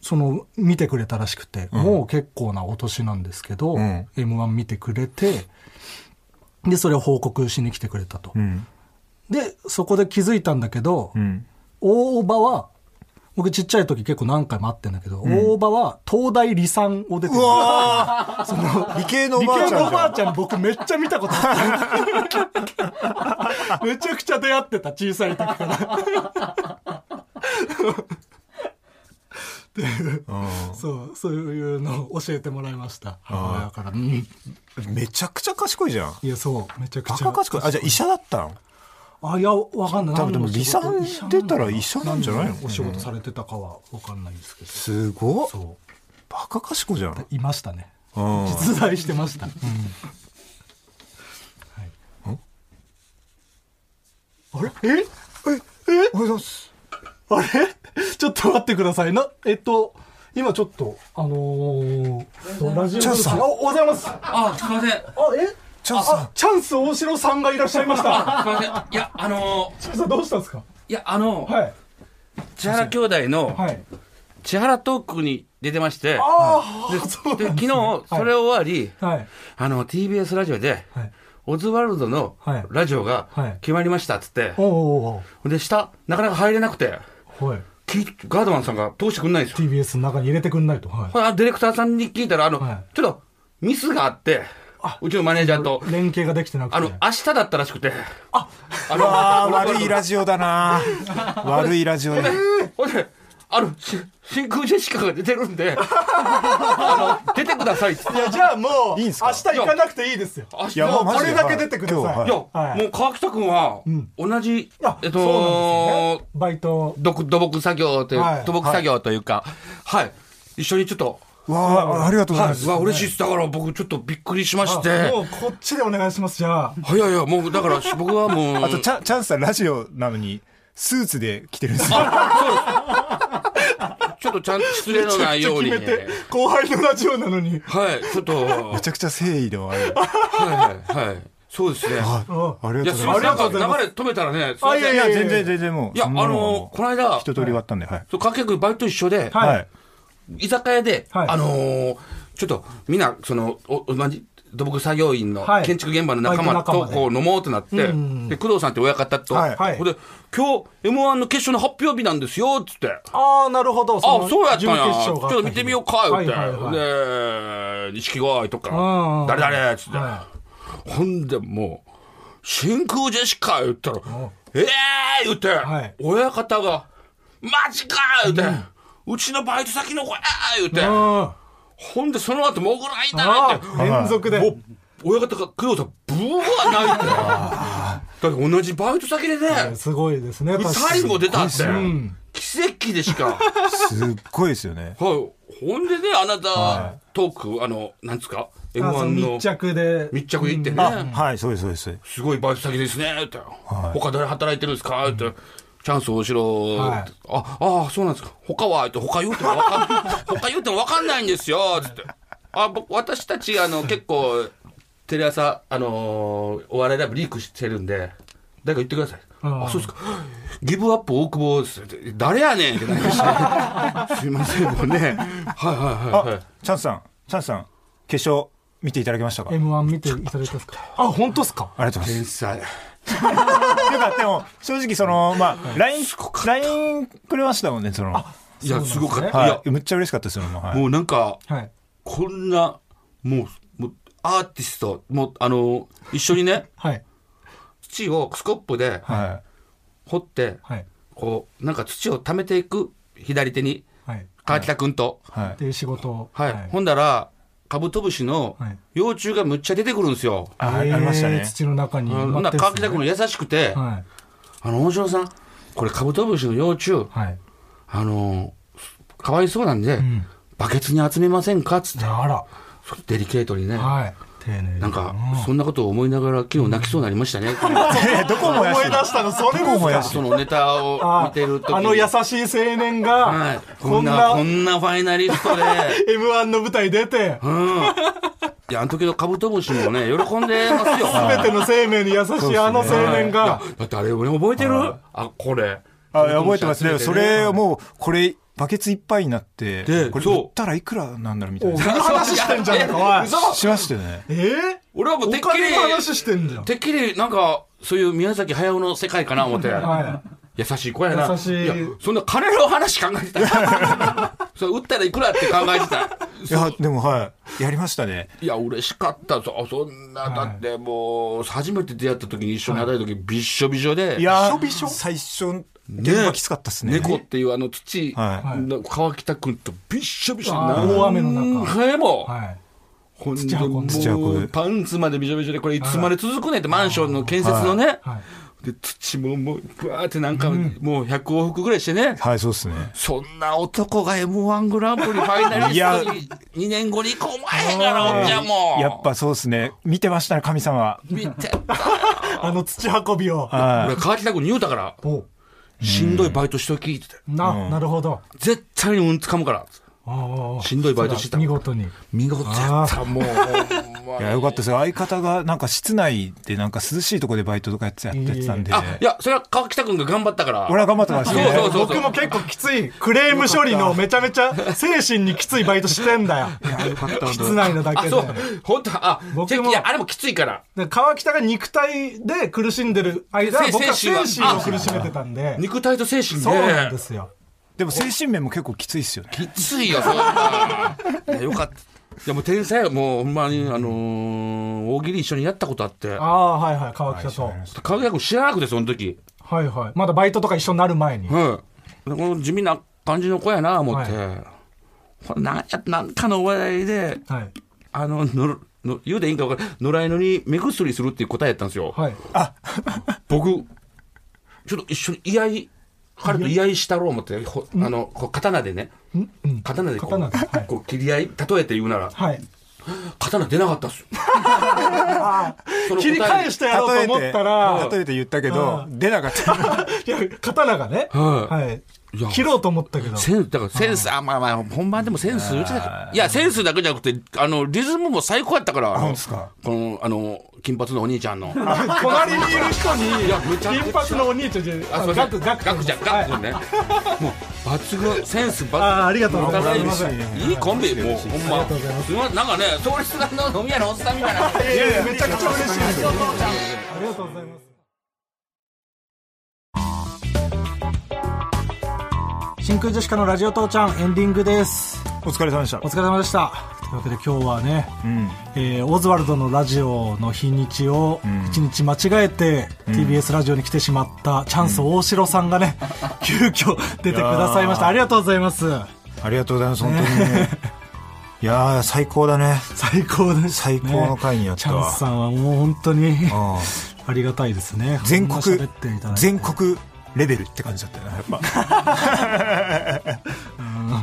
[SPEAKER 3] その、見てくれたらしくて、
[SPEAKER 2] ん
[SPEAKER 3] もう結構なお年なんですけど、
[SPEAKER 2] うん
[SPEAKER 3] M1 見てくれて、で、それを報告しに来てくれたと。
[SPEAKER 2] うん。
[SPEAKER 3] で、そこで気づいたんだけど、
[SPEAKER 2] うん。
[SPEAKER 3] 大おばは、僕ちっちゃい時結構何回も会ってんだけど、大おばは東大理産を出てる。
[SPEAKER 2] わその、理系のお
[SPEAKER 3] 理
[SPEAKER 2] ばあ
[SPEAKER 3] 系
[SPEAKER 2] ちゃ
[SPEAKER 3] のお
[SPEAKER 2] んじ
[SPEAKER 3] ば
[SPEAKER 2] ゃ
[SPEAKER 3] あ
[SPEAKER 2] ん。
[SPEAKER 3] ちゃん僕めっちゃ見たことあ
[SPEAKER 2] *laughs*
[SPEAKER 3] った。めちゃくちゃ出会ってた、小さい時から。そう、そういうのを教えてもらいました。母親から。うん
[SPEAKER 2] うんめちゃくちゃ賢いじゃん。
[SPEAKER 3] いや、そう、めちゃく
[SPEAKER 2] バ
[SPEAKER 3] ちゃ
[SPEAKER 2] カ。賢い。あ、じゃあ医者だったん
[SPEAKER 3] あ、いや、わかんない。
[SPEAKER 2] 多分でも
[SPEAKER 3] 何の仕事
[SPEAKER 2] 離散
[SPEAKER 3] 医者なの
[SPEAKER 2] 出たら医者なんじゃないの
[SPEAKER 3] 何お仕事されてたかはわかんないですけど。
[SPEAKER 2] すごっ
[SPEAKER 3] そ
[SPEAKER 2] バカ賢いじゃん。
[SPEAKER 3] う、いましたね。
[SPEAKER 2] うん。
[SPEAKER 3] 実在してました。はい、あれえ
[SPEAKER 2] おはようございます。
[SPEAKER 3] あれ *laughs* ちょっと待ってくださいな。えっと、今ちょっと、あのー、ラジオ
[SPEAKER 2] チャンスさん
[SPEAKER 3] あおはようございます。
[SPEAKER 4] あ、すいません。すい
[SPEAKER 3] あ、え
[SPEAKER 2] チャンスさん
[SPEAKER 3] あチャンス大城さんがいらっしゃいました。 *laughs*
[SPEAKER 4] ません。いや、あの
[SPEAKER 3] チャンスさんどうしたんですか
[SPEAKER 4] ー、いや、あの、
[SPEAKER 3] はい。
[SPEAKER 4] 千原兄弟の、
[SPEAKER 3] はい。
[SPEAKER 4] 千原トークに出てまして、
[SPEAKER 3] あ
[SPEAKER 4] でで昨日、それ終わり、
[SPEAKER 3] あ、はい。
[SPEAKER 4] あの、TBS ラジオで、
[SPEAKER 3] はい。
[SPEAKER 4] オズワルドの
[SPEAKER 3] はい
[SPEAKER 4] ラジオが
[SPEAKER 3] はい
[SPEAKER 4] 決まりましたっつって、
[SPEAKER 3] おお
[SPEAKER 4] で、下、なかなか入れなくて、
[SPEAKER 3] おはい。
[SPEAKER 4] きガードマンさんが通してくんないんですよ。
[SPEAKER 3] TBS の中に入れてくんないと。はい。
[SPEAKER 4] ほらディレクターさんに聞いたら、あの、
[SPEAKER 3] はい
[SPEAKER 4] ちょっとミスがあって
[SPEAKER 3] あ、
[SPEAKER 4] うちのマネージャーと、
[SPEAKER 3] 連携ができてなくて。
[SPEAKER 4] あの、明日だったらしくて、あ、あの、
[SPEAKER 2] ああ、悪いラジオだな。悪いラジオだ。
[SPEAKER 4] ほんで、あの、し真空ジェシカが出てるん
[SPEAKER 3] *laughs*
[SPEAKER 4] で、あの、出てくださいっつって。い
[SPEAKER 3] じゃあもう、
[SPEAKER 2] いいんすか
[SPEAKER 3] 明日行かなくていいですよ。
[SPEAKER 2] いやもうマ
[SPEAKER 3] こ
[SPEAKER 2] ジで
[SPEAKER 3] れだけ出てください。
[SPEAKER 2] 今日はい
[SPEAKER 4] や、も
[SPEAKER 3] はいう
[SPEAKER 4] 川北君は、同じ
[SPEAKER 3] あ、
[SPEAKER 4] えっ
[SPEAKER 3] そうなんです
[SPEAKER 4] と
[SPEAKER 3] ね、、バイト。
[SPEAKER 4] 土土木作業という
[SPEAKER 3] はい、
[SPEAKER 4] 土木作業というか、はい、一緒にちょっと、
[SPEAKER 2] わあ、ありがとうござ
[SPEAKER 4] は
[SPEAKER 2] いま
[SPEAKER 4] い、
[SPEAKER 2] す。
[SPEAKER 4] うわ、嬉しいです。だから僕ちょっとびっくりしまして、
[SPEAKER 3] あも
[SPEAKER 4] は
[SPEAKER 3] うこっちでお願いします、じゃあ。
[SPEAKER 4] いいやいや、もうだから僕は
[SPEAKER 3] *laughs*
[SPEAKER 4] もう、
[SPEAKER 2] あとチャ、チャンスさん、ラジオなのに、スーツで来てるんですよ。
[SPEAKER 4] ちょっとちゃんと失礼のないように、
[SPEAKER 3] めちゃくちゃ決めて、後輩のラジオなのに。
[SPEAKER 4] はい、ちょっと、は
[SPEAKER 2] めちゃくちゃ誠意のある。
[SPEAKER 4] い、はい、そうですね。
[SPEAKER 2] あ、あり
[SPEAKER 4] いや、
[SPEAKER 2] がとう
[SPEAKER 4] す
[SPEAKER 2] ご
[SPEAKER 4] いません、
[SPEAKER 2] ざいます
[SPEAKER 3] あ
[SPEAKER 4] な
[SPEAKER 3] りが
[SPEAKER 4] ん
[SPEAKER 3] と
[SPEAKER 4] か
[SPEAKER 3] うございます
[SPEAKER 4] 流れ止めたらね、すい
[SPEAKER 3] あ
[SPEAKER 4] ま
[SPEAKER 3] いや
[SPEAKER 4] せ
[SPEAKER 3] い
[SPEAKER 4] ん。
[SPEAKER 3] や
[SPEAKER 4] い
[SPEAKER 2] いや、全然全然もう。
[SPEAKER 4] や、あ
[SPEAKER 2] そんなもんは
[SPEAKER 4] の
[SPEAKER 2] も
[SPEAKER 4] ー、この間
[SPEAKER 2] う、一通り終わったんで、はい。
[SPEAKER 4] そう掛布バイト一緒で、
[SPEAKER 3] はい
[SPEAKER 2] はい。
[SPEAKER 4] 居酒屋で、
[SPEAKER 3] はい
[SPEAKER 4] あのーちょっと、みんな、その、お、同じ、土木作業員の
[SPEAKER 3] はい
[SPEAKER 4] 建築現場の仲間
[SPEAKER 3] バイト仲
[SPEAKER 4] と
[SPEAKER 3] 間で
[SPEAKER 4] こう飲もうとなって、で、工藤さんって親方と、
[SPEAKER 2] はい
[SPEAKER 3] はい
[SPEAKER 4] ほんで、今日 M1 の決勝の発表日なんですよ、つって。
[SPEAKER 3] ああ、なるほど。
[SPEAKER 4] あ、そうやったんや。
[SPEAKER 3] 準決
[SPEAKER 4] ちょ
[SPEAKER 3] 勝
[SPEAKER 4] っ
[SPEAKER 3] があ
[SPEAKER 4] と見てみようか、言って。
[SPEAKER 3] はいはいはい
[SPEAKER 4] で、錦鯉と
[SPEAKER 3] んうんう
[SPEAKER 4] か
[SPEAKER 3] ん、
[SPEAKER 4] 誰誰つって。
[SPEAKER 3] は
[SPEAKER 4] ほんで、もう、真空ジェシカ言ったら、ええー言って、
[SPEAKER 3] はい
[SPEAKER 4] 親方が、マジか言って、うちのバイト先の子や言って、ほんで、その後、モグライダーって、
[SPEAKER 3] うん。連続で。
[SPEAKER 4] もう、親方が、工藤さん、ブワー泣いて。だって同じバイト先でね、
[SPEAKER 3] すごいですね、確か
[SPEAKER 4] 最
[SPEAKER 3] に。
[SPEAKER 4] 後出たって。奇跡でしか。
[SPEAKER 2] すっごいですよね。
[SPEAKER 4] はい。ほんでね、あなた、トーク、あの、なんですか
[SPEAKER 3] あそ
[SPEAKER 4] ?M1
[SPEAKER 3] う
[SPEAKER 4] の
[SPEAKER 3] 密着で。
[SPEAKER 4] 密着行って
[SPEAKER 2] あ、
[SPEAKER 4] ね。
[SPEAKER 2] はい、そうです、そうです。
[SPEAKER 4] すごいバイト先ですね、って。他誰働いてるんですかって。チャンス大城、
[SPEAKER 3] はい
[SPEAKER 4] あ、ああ、そうなんですか。他はって、他言うてもわか *laughs* ん、他言うてもわかんないんですよ、つって。あ、僕、私たち、あの、結構、テレ朝、あのーお笑いライブリークしてるんで、誰か言ってください。あそうですか。 *gasps* ギブアップ大久保です。誰やねんってなりまして。すいません、もうね。はいはいはい、はい
[SPEAKER 2] あ。、チャンスさん、チャンスさん、決勝見ていただけましたかあり
[SPEAKER 3] M1 見ていただいたんですかあ、本当ですか
[SPEAKER 2] がとうございます。
[SPEAKER 4] 天才。
[SPEAKER 2] ていうか、でも、正直、その、まあ、LINE、LINE くれましたもんね、その。
[SPEAKER 4] いや、すごかった。い
[SPEAKER 2] は
[SPEAKER 4] や
[SPEAKER 2] い。むっちゃ嬉しかったですよ、もう。はい
[SPEAKER 4] もうなんか、
[SPEAKER 3] はい。
[SPEAKER 4] こんな、もう、もうアーティスト、もう、あのー一緒にね、 *laughs*
[SPEAKER 3] はい。
[SPEAKER 4] 土をスコップで
[SPEAKER 2] は
[SPEAKER 4] 掘って、
[SPEAKER 3] はい。
[SPEAKER 4] こう、なんか土を溜めていく、左手に、
[SPEAKER 3] はい。
[SPEAKER 4] 川北くんと。
[SPEAKER 2] い。はい
[SPEAKER 3] っていう仕事を。
[SPEAKER 4] はい。ほんだら、カブトムシの
[SPEAKER 3] はい
[SPEAKER 4] 幼虫がむっちゃ出てくるんですよ。
[SPEAKER 2] あ、ありました
[SPEAKER 3] えー
[SPEAKER 2] ね。
[SPEAKER 3] 土の中に。
[SPEAKER 4] ほんなら川北くんが優しくて、
[SPEAKER 3] はい。
[SPEAKER 4] あの、大城さん、これカブトムシの幼虫、
[SPEAKER 3] はい。
[SPEAKER 4] あのー、かわいそうなんで、バケツに集めませんかっつって、
[SPEAKER 3] あら。
[SPEAKER 4] デリケートにね。
[SPEAKER 3] はい。丁寧に
[SPEAKER 4] なんか、そんなことを思いながら、昨日泣きそうになりま *laughs* したね。こ
[SPEAKER 2] え、 *laughs* どこもやし。思い出したの、それももや
[SPEAKER 4] の
[SPEAKER 2] し。
[SPEAKER 4] そのネタを見てるとき
[SPEAKER 3] あの優しい青年が、
[SPEAKER 4] はい。
[SPEAKER 3] こ
[SPEAKER 4] こ
[SPEAKER 3] ん
[SPEAKER 4] ん
[SPEAKER 3] な
[SPEAKER 4] な、こんなファイナリストで、
[SPEAKER 3] M1 の舞台出て、
[SPEAKER 4] うん。いや、あの時のカブトムシもね、喜んでますよ。
[SPEAKER 3] *laughs* 全ての生命に優しいあの青年が、
[SPEAKER 4] だってあれ俺覚えてるあこれ
[SPEAKER 2] あ、いや覚えてますね。それをもう、これ、バケツいっぱいになって、
[SPEAKER 4] で
[SPEAKER 2] これ、
[SPEAKER 4] そう
[SPEAKER 2] 売ったらいくらなんだろうみたいな。
[SPEAKER 4] 話してんじゃねえかおい嘘
[SPEAKER 2] しましたよね。
[SPEAKER 3] えー
[SPEAKER 4] 俺はもうてっ
[SPEAKER 3] お
[SPEAKER 4] き
[SPEAKER 3] 金の
[SPEAKER 4] り
[SPEAKER 3] 話してんじゃん。
[SPEAKER 4] てっきりなんかそういう宮崎駿の世界かな思って
[SPEAKER 3] は
[SPEAKER 4] 優しい子やな
[SPEAKER 3] 優しい
[SPEAKER 4] やそんな金の話考えてた
[SPEAKER 3] *laughs*
[SPEAKER 4] それ売ったらいくらって考えてた
[SPEAKER 2] いや、でもはい。やりましたね。
[SPEAKER 4] いや嬉しかったそそんなだってもう初めて出会った時に一緒に会った時びっしょびしょで
[SPEAKER 2] いや、最初、現場きつかったっすね。
[SPEAKER 4] 猫っていうあの土
[SPEAKER 2] は
[SPEAKER 4] の川北君とびっしょびしょ
[SPEAKER 3] あー大雨の中
[SPEAKER 4] 何回も
[SPEAKER 3] い。はい。
[SPEAKER 4] ほんで
[SPEAKER 3] 土運んで
[SPEAKER 2] 土
[SPEAKER 4] も
[SPEAKER 2] 運
[SPEAKER 4] う
[SPEAKER 2] ぶ
[SPEAKER 4] パンツまでびしょびしょでこれいつまで続くねんってマンションの建設のね、
[SPEAKER 3] はい。
[SPEAKER 4] で土ももうぶわーってなんかもう100往復ぐらいしてね、
[SPEAKER 2] はい、そうっすね。
[SPEAKER 4] そんな男が m 1グランプリファイナリ
[SPEAKER 2] いや
[SPEAKER 4] ストに2年後に行こうまへんからおっちゃんも
[SPEAKER 2] やっぱそうっすね。見てましたね、神様は。
[SPEAKER 4] 見て
[SPEAKER 3] あの土運びを。
[SPEAKER 2] は
[SPEAKER 4] 俺川北君に言うたから
[SPEAKER 3] お
[SPEAKER 4] しんどいバイトしときって言って
[SPEAKER 3] な、なるほど。
[SPEAKER 4] 絶対に運掴むから
[SPEAKER 3] ああ
[SPEAKER 4] しんどいバイトしてた
[SPEAKER 3] 見事に。
[SPEAKER 4] 見事やったもうほんま
[SPEAKER 2] いや、よかったですよ。相方が、なんか室内で、なんか涼しいとこでバイトとかやってたやってたんで。
[SPEAKER 4] あいやそれは川北君が頑張ったから
[SPEAKER 2] 俺は頑張ってました
[SPEAKER 4] そうそう
[SPEAKER 2] ね。
[SPEAKER 4] そう
[SPEAKER 3] 僕も結構きつい、クレーム処理のめちゃめちゃ精神にきついバイトしてんだよ。室内のだ
[SPEAKER 4] あ
[SPEAKER 3] けで
[SPEAKER 4] そう。本当あ
[SPEAKER 3] 僕
[SPEAKER 4] チェ
[SPEAKER 3] も
[SPEAKER 4] ックいやあれもきついから
[SPEAKER 3] で川北が肉体で苦しんでる間、
[SPEAKER 4] せ
[SPEAKER 3] 僕は精
[SPEAKER 4] 精神は
[SPEAKER 3] 神を苦しめてたんで。
[SPEAKER 4] 肉体と精神で
[SPEAKER 3] そうなんですよ。
[SPEAKER 2] でも精神面も結構きついっすよね。
[SPEAKER 4] きついよ、そん
[SPEAKER 3] *laughs*
[SPEAKER 4] な。いや、よかった。いや、もう天才よもう、ほんまに、あのー、大喜利一緒にやったことあって。
[SPEAKER 3] ああ、はいはい、川北と。
[SPEAKER 4] 川北君知らなくて、その時。
[SPEAKER 3] はいはい。まだバイトとか一緒になる前に。
[SPEAKER 4] はい。でこの地味な感じの子やな、思って。ほらなんや、なんかのお笑いで、
[SPEAKER 3] はい。
[SPEAKER 4] あの、の、の言うでいいんか分からん。野良犬に目薬するっていう答えやったんですよ。
[SPEAKER 3] はい。
[SPEAKER 4] 僕、ちょっと一緒に居合、彼と居合したろう思って、ほあの、こう刀でね、刀でこう、
[SPEAKER 3] 刀ではい
[SPEAKER 4] こう切り合い、例えて言うなら、
[SPEAKER 3] はい。
[SPEAKER 4] 刀出なか
[SPEAKER 3] *laughs*
[SPEAKER 4] ったっすよ。その答え
[SPEAKER 3] 切り返してやろうと思ったら、
[SPEAKER 2] 例えて言ったけど、出なかった。
[SPEAKER 3] *laughs* いや、刀がね、
[SPEAKER 4] は
[SPEAKER 3] はい
[SPEAKER 4] いや。
[SPEAKER 3] 切ろうと思ったけど。
[SPEAKER 4] センス、だからセンス、あ、まあまあ、本番でもセンス言うてたけどいや、センスだけじゃなくて、あの、リズムも最高やったから、あの
[SPEAKER 2] 本当っすか
[SPEAKER 4] この、あの、金髪のお兄ちゃ
[SPEAKER 3] *laughs*
[SPEAKER 4] んの。
[SPEAKER 3] 隣にいる人
[SPEAKER 4] いやめちゃくち
[SPEAKER 3] に、
[SPEAKER 4] ゃ
[SPEAKER 3] 金髪のお兄ちゃんじゃ
[SPEAKER 4] あ、
[SPEAKER 3] あ
[SPEAKER 4] すいません
[SPEAKER 3] のガクガク。
[SPEAKER 4] ガクちゃん、ガク君
[SPEAKER 3] *laughs*
[SPEAKER 4] ね。もう、抜群、センス抜群。
[SPEAKER 3] あーありがとうございます
[SPEAKER 4] お互いに
[SPEAKER 3] すいま
[SPEAKER 4] いいコンビ、もう、ほんま。すいません、なんかね、それすがの飲み屋のおっさんみたいな。
[SPEAKER 3] いやいやめちゃくちゃ嬉しいです。ありがとうございます。真空ジェシカのラジオ父ちゃんエンディングです。
[SPEAKER 2] お疲れ様でした
[SPEAKER 3] お。疲れ様でした。というわけで今日はね、
[SPEAKER 2] うん。
[SPEAKER 3] えーオズワルドのラジオの日にちを1日間違えて TBS ラジオに来てしまったチャンス大城さんがね、急遽出てくださいました。ありがとうございます。
[SPEAKER 2] ありがとうございます、本当にね。いやー、最高だね。
[SPEAKER 3] 最高です。
[SPEAKER 2] 最高の回にやっ
[SPEAKER 3] チ
[SPEAKER 2] た
[SPEAKER 3] ャン
[SPEAKER 2] わ
[SPEAKER 3] ス。さんはもう本当に
[SPEAKER 2] うん
[SPEAKER 3] ありがたいですね。
[SPEAKER 2] 全
[SPEAKER 3] こん
[SPEAKER 2] 国
[SPEAKER 3] な喋っていただい、て
[SPEAKER 2] 全国レベルって感じだったよ
[SPEAKER 3] *laughs*
[SPEAKER 2] な、やっぱ。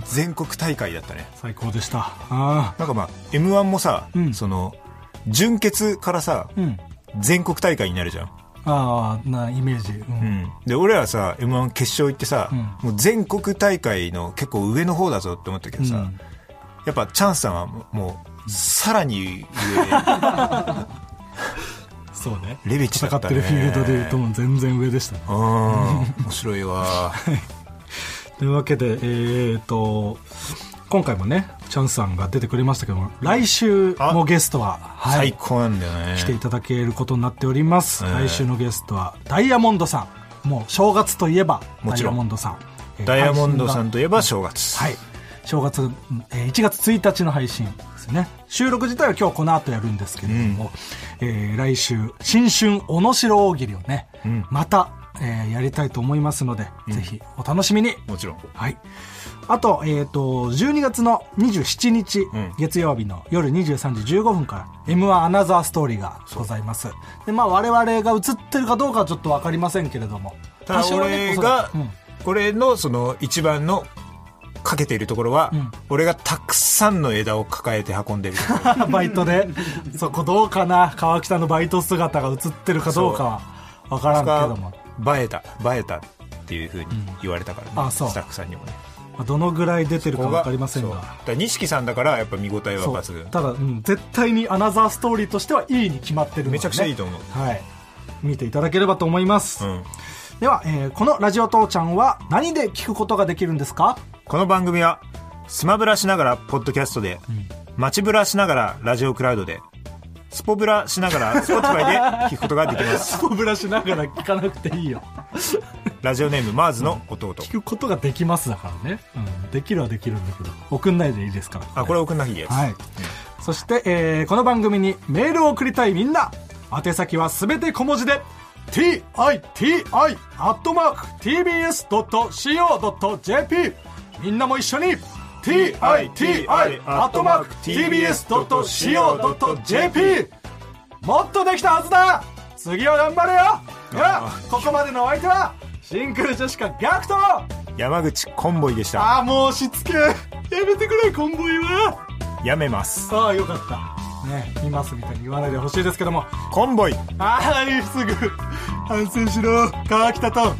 [SPEAKER 2] 全国大会だったね。
[SPEAKER 3] 最高でした。あ
[SPEAKER 2] なんかまあ、M1 もさ、その、準決からさ、
[SPEAKER 3] ん
[SPEAKER 2] 全国大会になるじゃん。
[SPEAKER 3] ーあー、なイメージ。うん
[SPEAKER 2] うん、で俺らさ m 1決勝行ってさ、もう全国大会の結構上の方だぞって思ったけどさ、やっぱチャンスさんはもうもうさらに
[SPEAKER 3] そうね
[SPEAKER 2] 上レベチだ
[SPEAKER 3] 戦
[SPEAKER 2] っ
[SPEAKER 3] ったて
[SPEAKER 2] ね
[SPEAKER 3] るフィールドでいうともう全然上でしたね
[SPEAKER 2] うん面白い
[SPEAKER 3] *laughs*
[SPEAKER 2] わ
[SPEAKER 3] というわけでえー、と今回もねチャンスさんが出てくれましたけども来週もゲストは、は
[SPEAKER 2] 最
[SPEAKER 3] い、
[SPEAKER 2] 高なんだよね
[SPEAKER 3] 来ていただけることになっております、
[SPEAKER 2] ええ
[SPEAKER 3] 来週のゲストはダイヤモンドさんもう正月といえば
[SPEAKER 2] も
[SPEAKER 3] ダイ
[SPEAKER 2] ち
[SPEAKER 3] ヤ
[SPEAKER 2] ろん
[SPEAKER 3] モンドさんえー
[SPEAKER 2] ダイヤモンド
[SPEAKER 3] 配
[SPEAKER 2] さ
[SPEAKER 3] 信
[SPEAKER 2] んといえば正月
[SPEAKER 3] がはい正月、うんえー1月1日の配信ですね収録自体は今日この後やるんですけれども、えー来週新春おのしろ大喜利をね、また、えーやりたいと思いますので、ぜひお楽しみに
[SPEAKER 2] もちろん
[SPEAKER 3] はい。あと、えっ、と、12月の27日、
[SPEAKER 2] ん
[SPEAKER 3] 月曜日の夜23時15分から、M1 アナザーストーリーがございます。で、まあ、我々が映ってるかどうかはちょっとわかりませんけれども。
[SPEAKER 2] ただ
[SPEAKER 3] は
[SPEAKER 2] 俺
[SPEAKER 3] おそら
[SPEAKER 2] が
[SPEAKER 3] くうん
[SPEAKER 2] 俺のその一番のかけているところは俺がたくさんの枝を抱えて運んでる
[SPEAKER 3] *laughs* バイトで、そこどうかな、川北のバイト姿が映ってるかどうかはわからんけども。
[SPEAKER 2] 映えた映えたっていうふうに言われたからね、
[SPEAKER 3] あそう
[SPEAKER 2] スタッフさんにもね
[SPEAKER 3] まあどのぐらい出てるかわかりません
[SPEAKER 2] そうだ
[SPEAKER 3] が
[SPEAKER 2] か。ら錦さんだからやっぱ見応えは
[SPEAKER 3] そう
[SPEAKER 2] 抜群
[SPEAKER 3] ただ、うん、絶対にアナザーストーリーとしてはいいに決まってるの
[SPEAKER 2] め
[SPEAKER 3] でね
[SPEAKER 2] ちゃくちゃいいと思う
[SPEAKER 3] はい見ていただければと思います、
[SPEAKER 2] うん
[SPEAKER 3] では、えーこの「ラジオ父ちゃん」は何で聞くことができるんですか
[SPEAKER 2] この番組はスマブラしながらポッドキャストで、街ブラしながらラジオクラウドでスポブラしながら Spotify で聞くことができます
[SPEAKER 3] ブラしながら聞かなくていいよ
[SPEAKER 2] ラジオネームマーズの弟、
[SPEAKER 3] 聞くことができますだからね、うん、できるはできるんだけど送んないでいいですから
[SPEAKER 2] あこれ送んなきゃいいやつ、
[SPEAKER 3] はい、そして、えーこの番組にメールを送りたいみんな宛先はすべて小文字で titi アットマーク tbs.co.jp みんなも一緒に titi アットマーク tbs.co.jp もっとできたはずだ次は頑張れよではここまでのお相手はシンクルジェシカガクト
[SPEAKER 2] 山口コンボイでした
[SPEAKER 3] ああもうしつけやめてくれコンボイは
[SPEAKER 2] やめます
[SPEAKER 3] ああよかったねいますみたいに言わないでほしいですけども
[SPEAKER 2] コンボイ
[SPEAKER 3] ああすぐ反省しろ川北と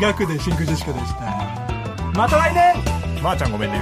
[SPEAKER 3] ガクで真空ジェシカでしたまた来年
[SPEAKER 2] まー、ちゃんごめんね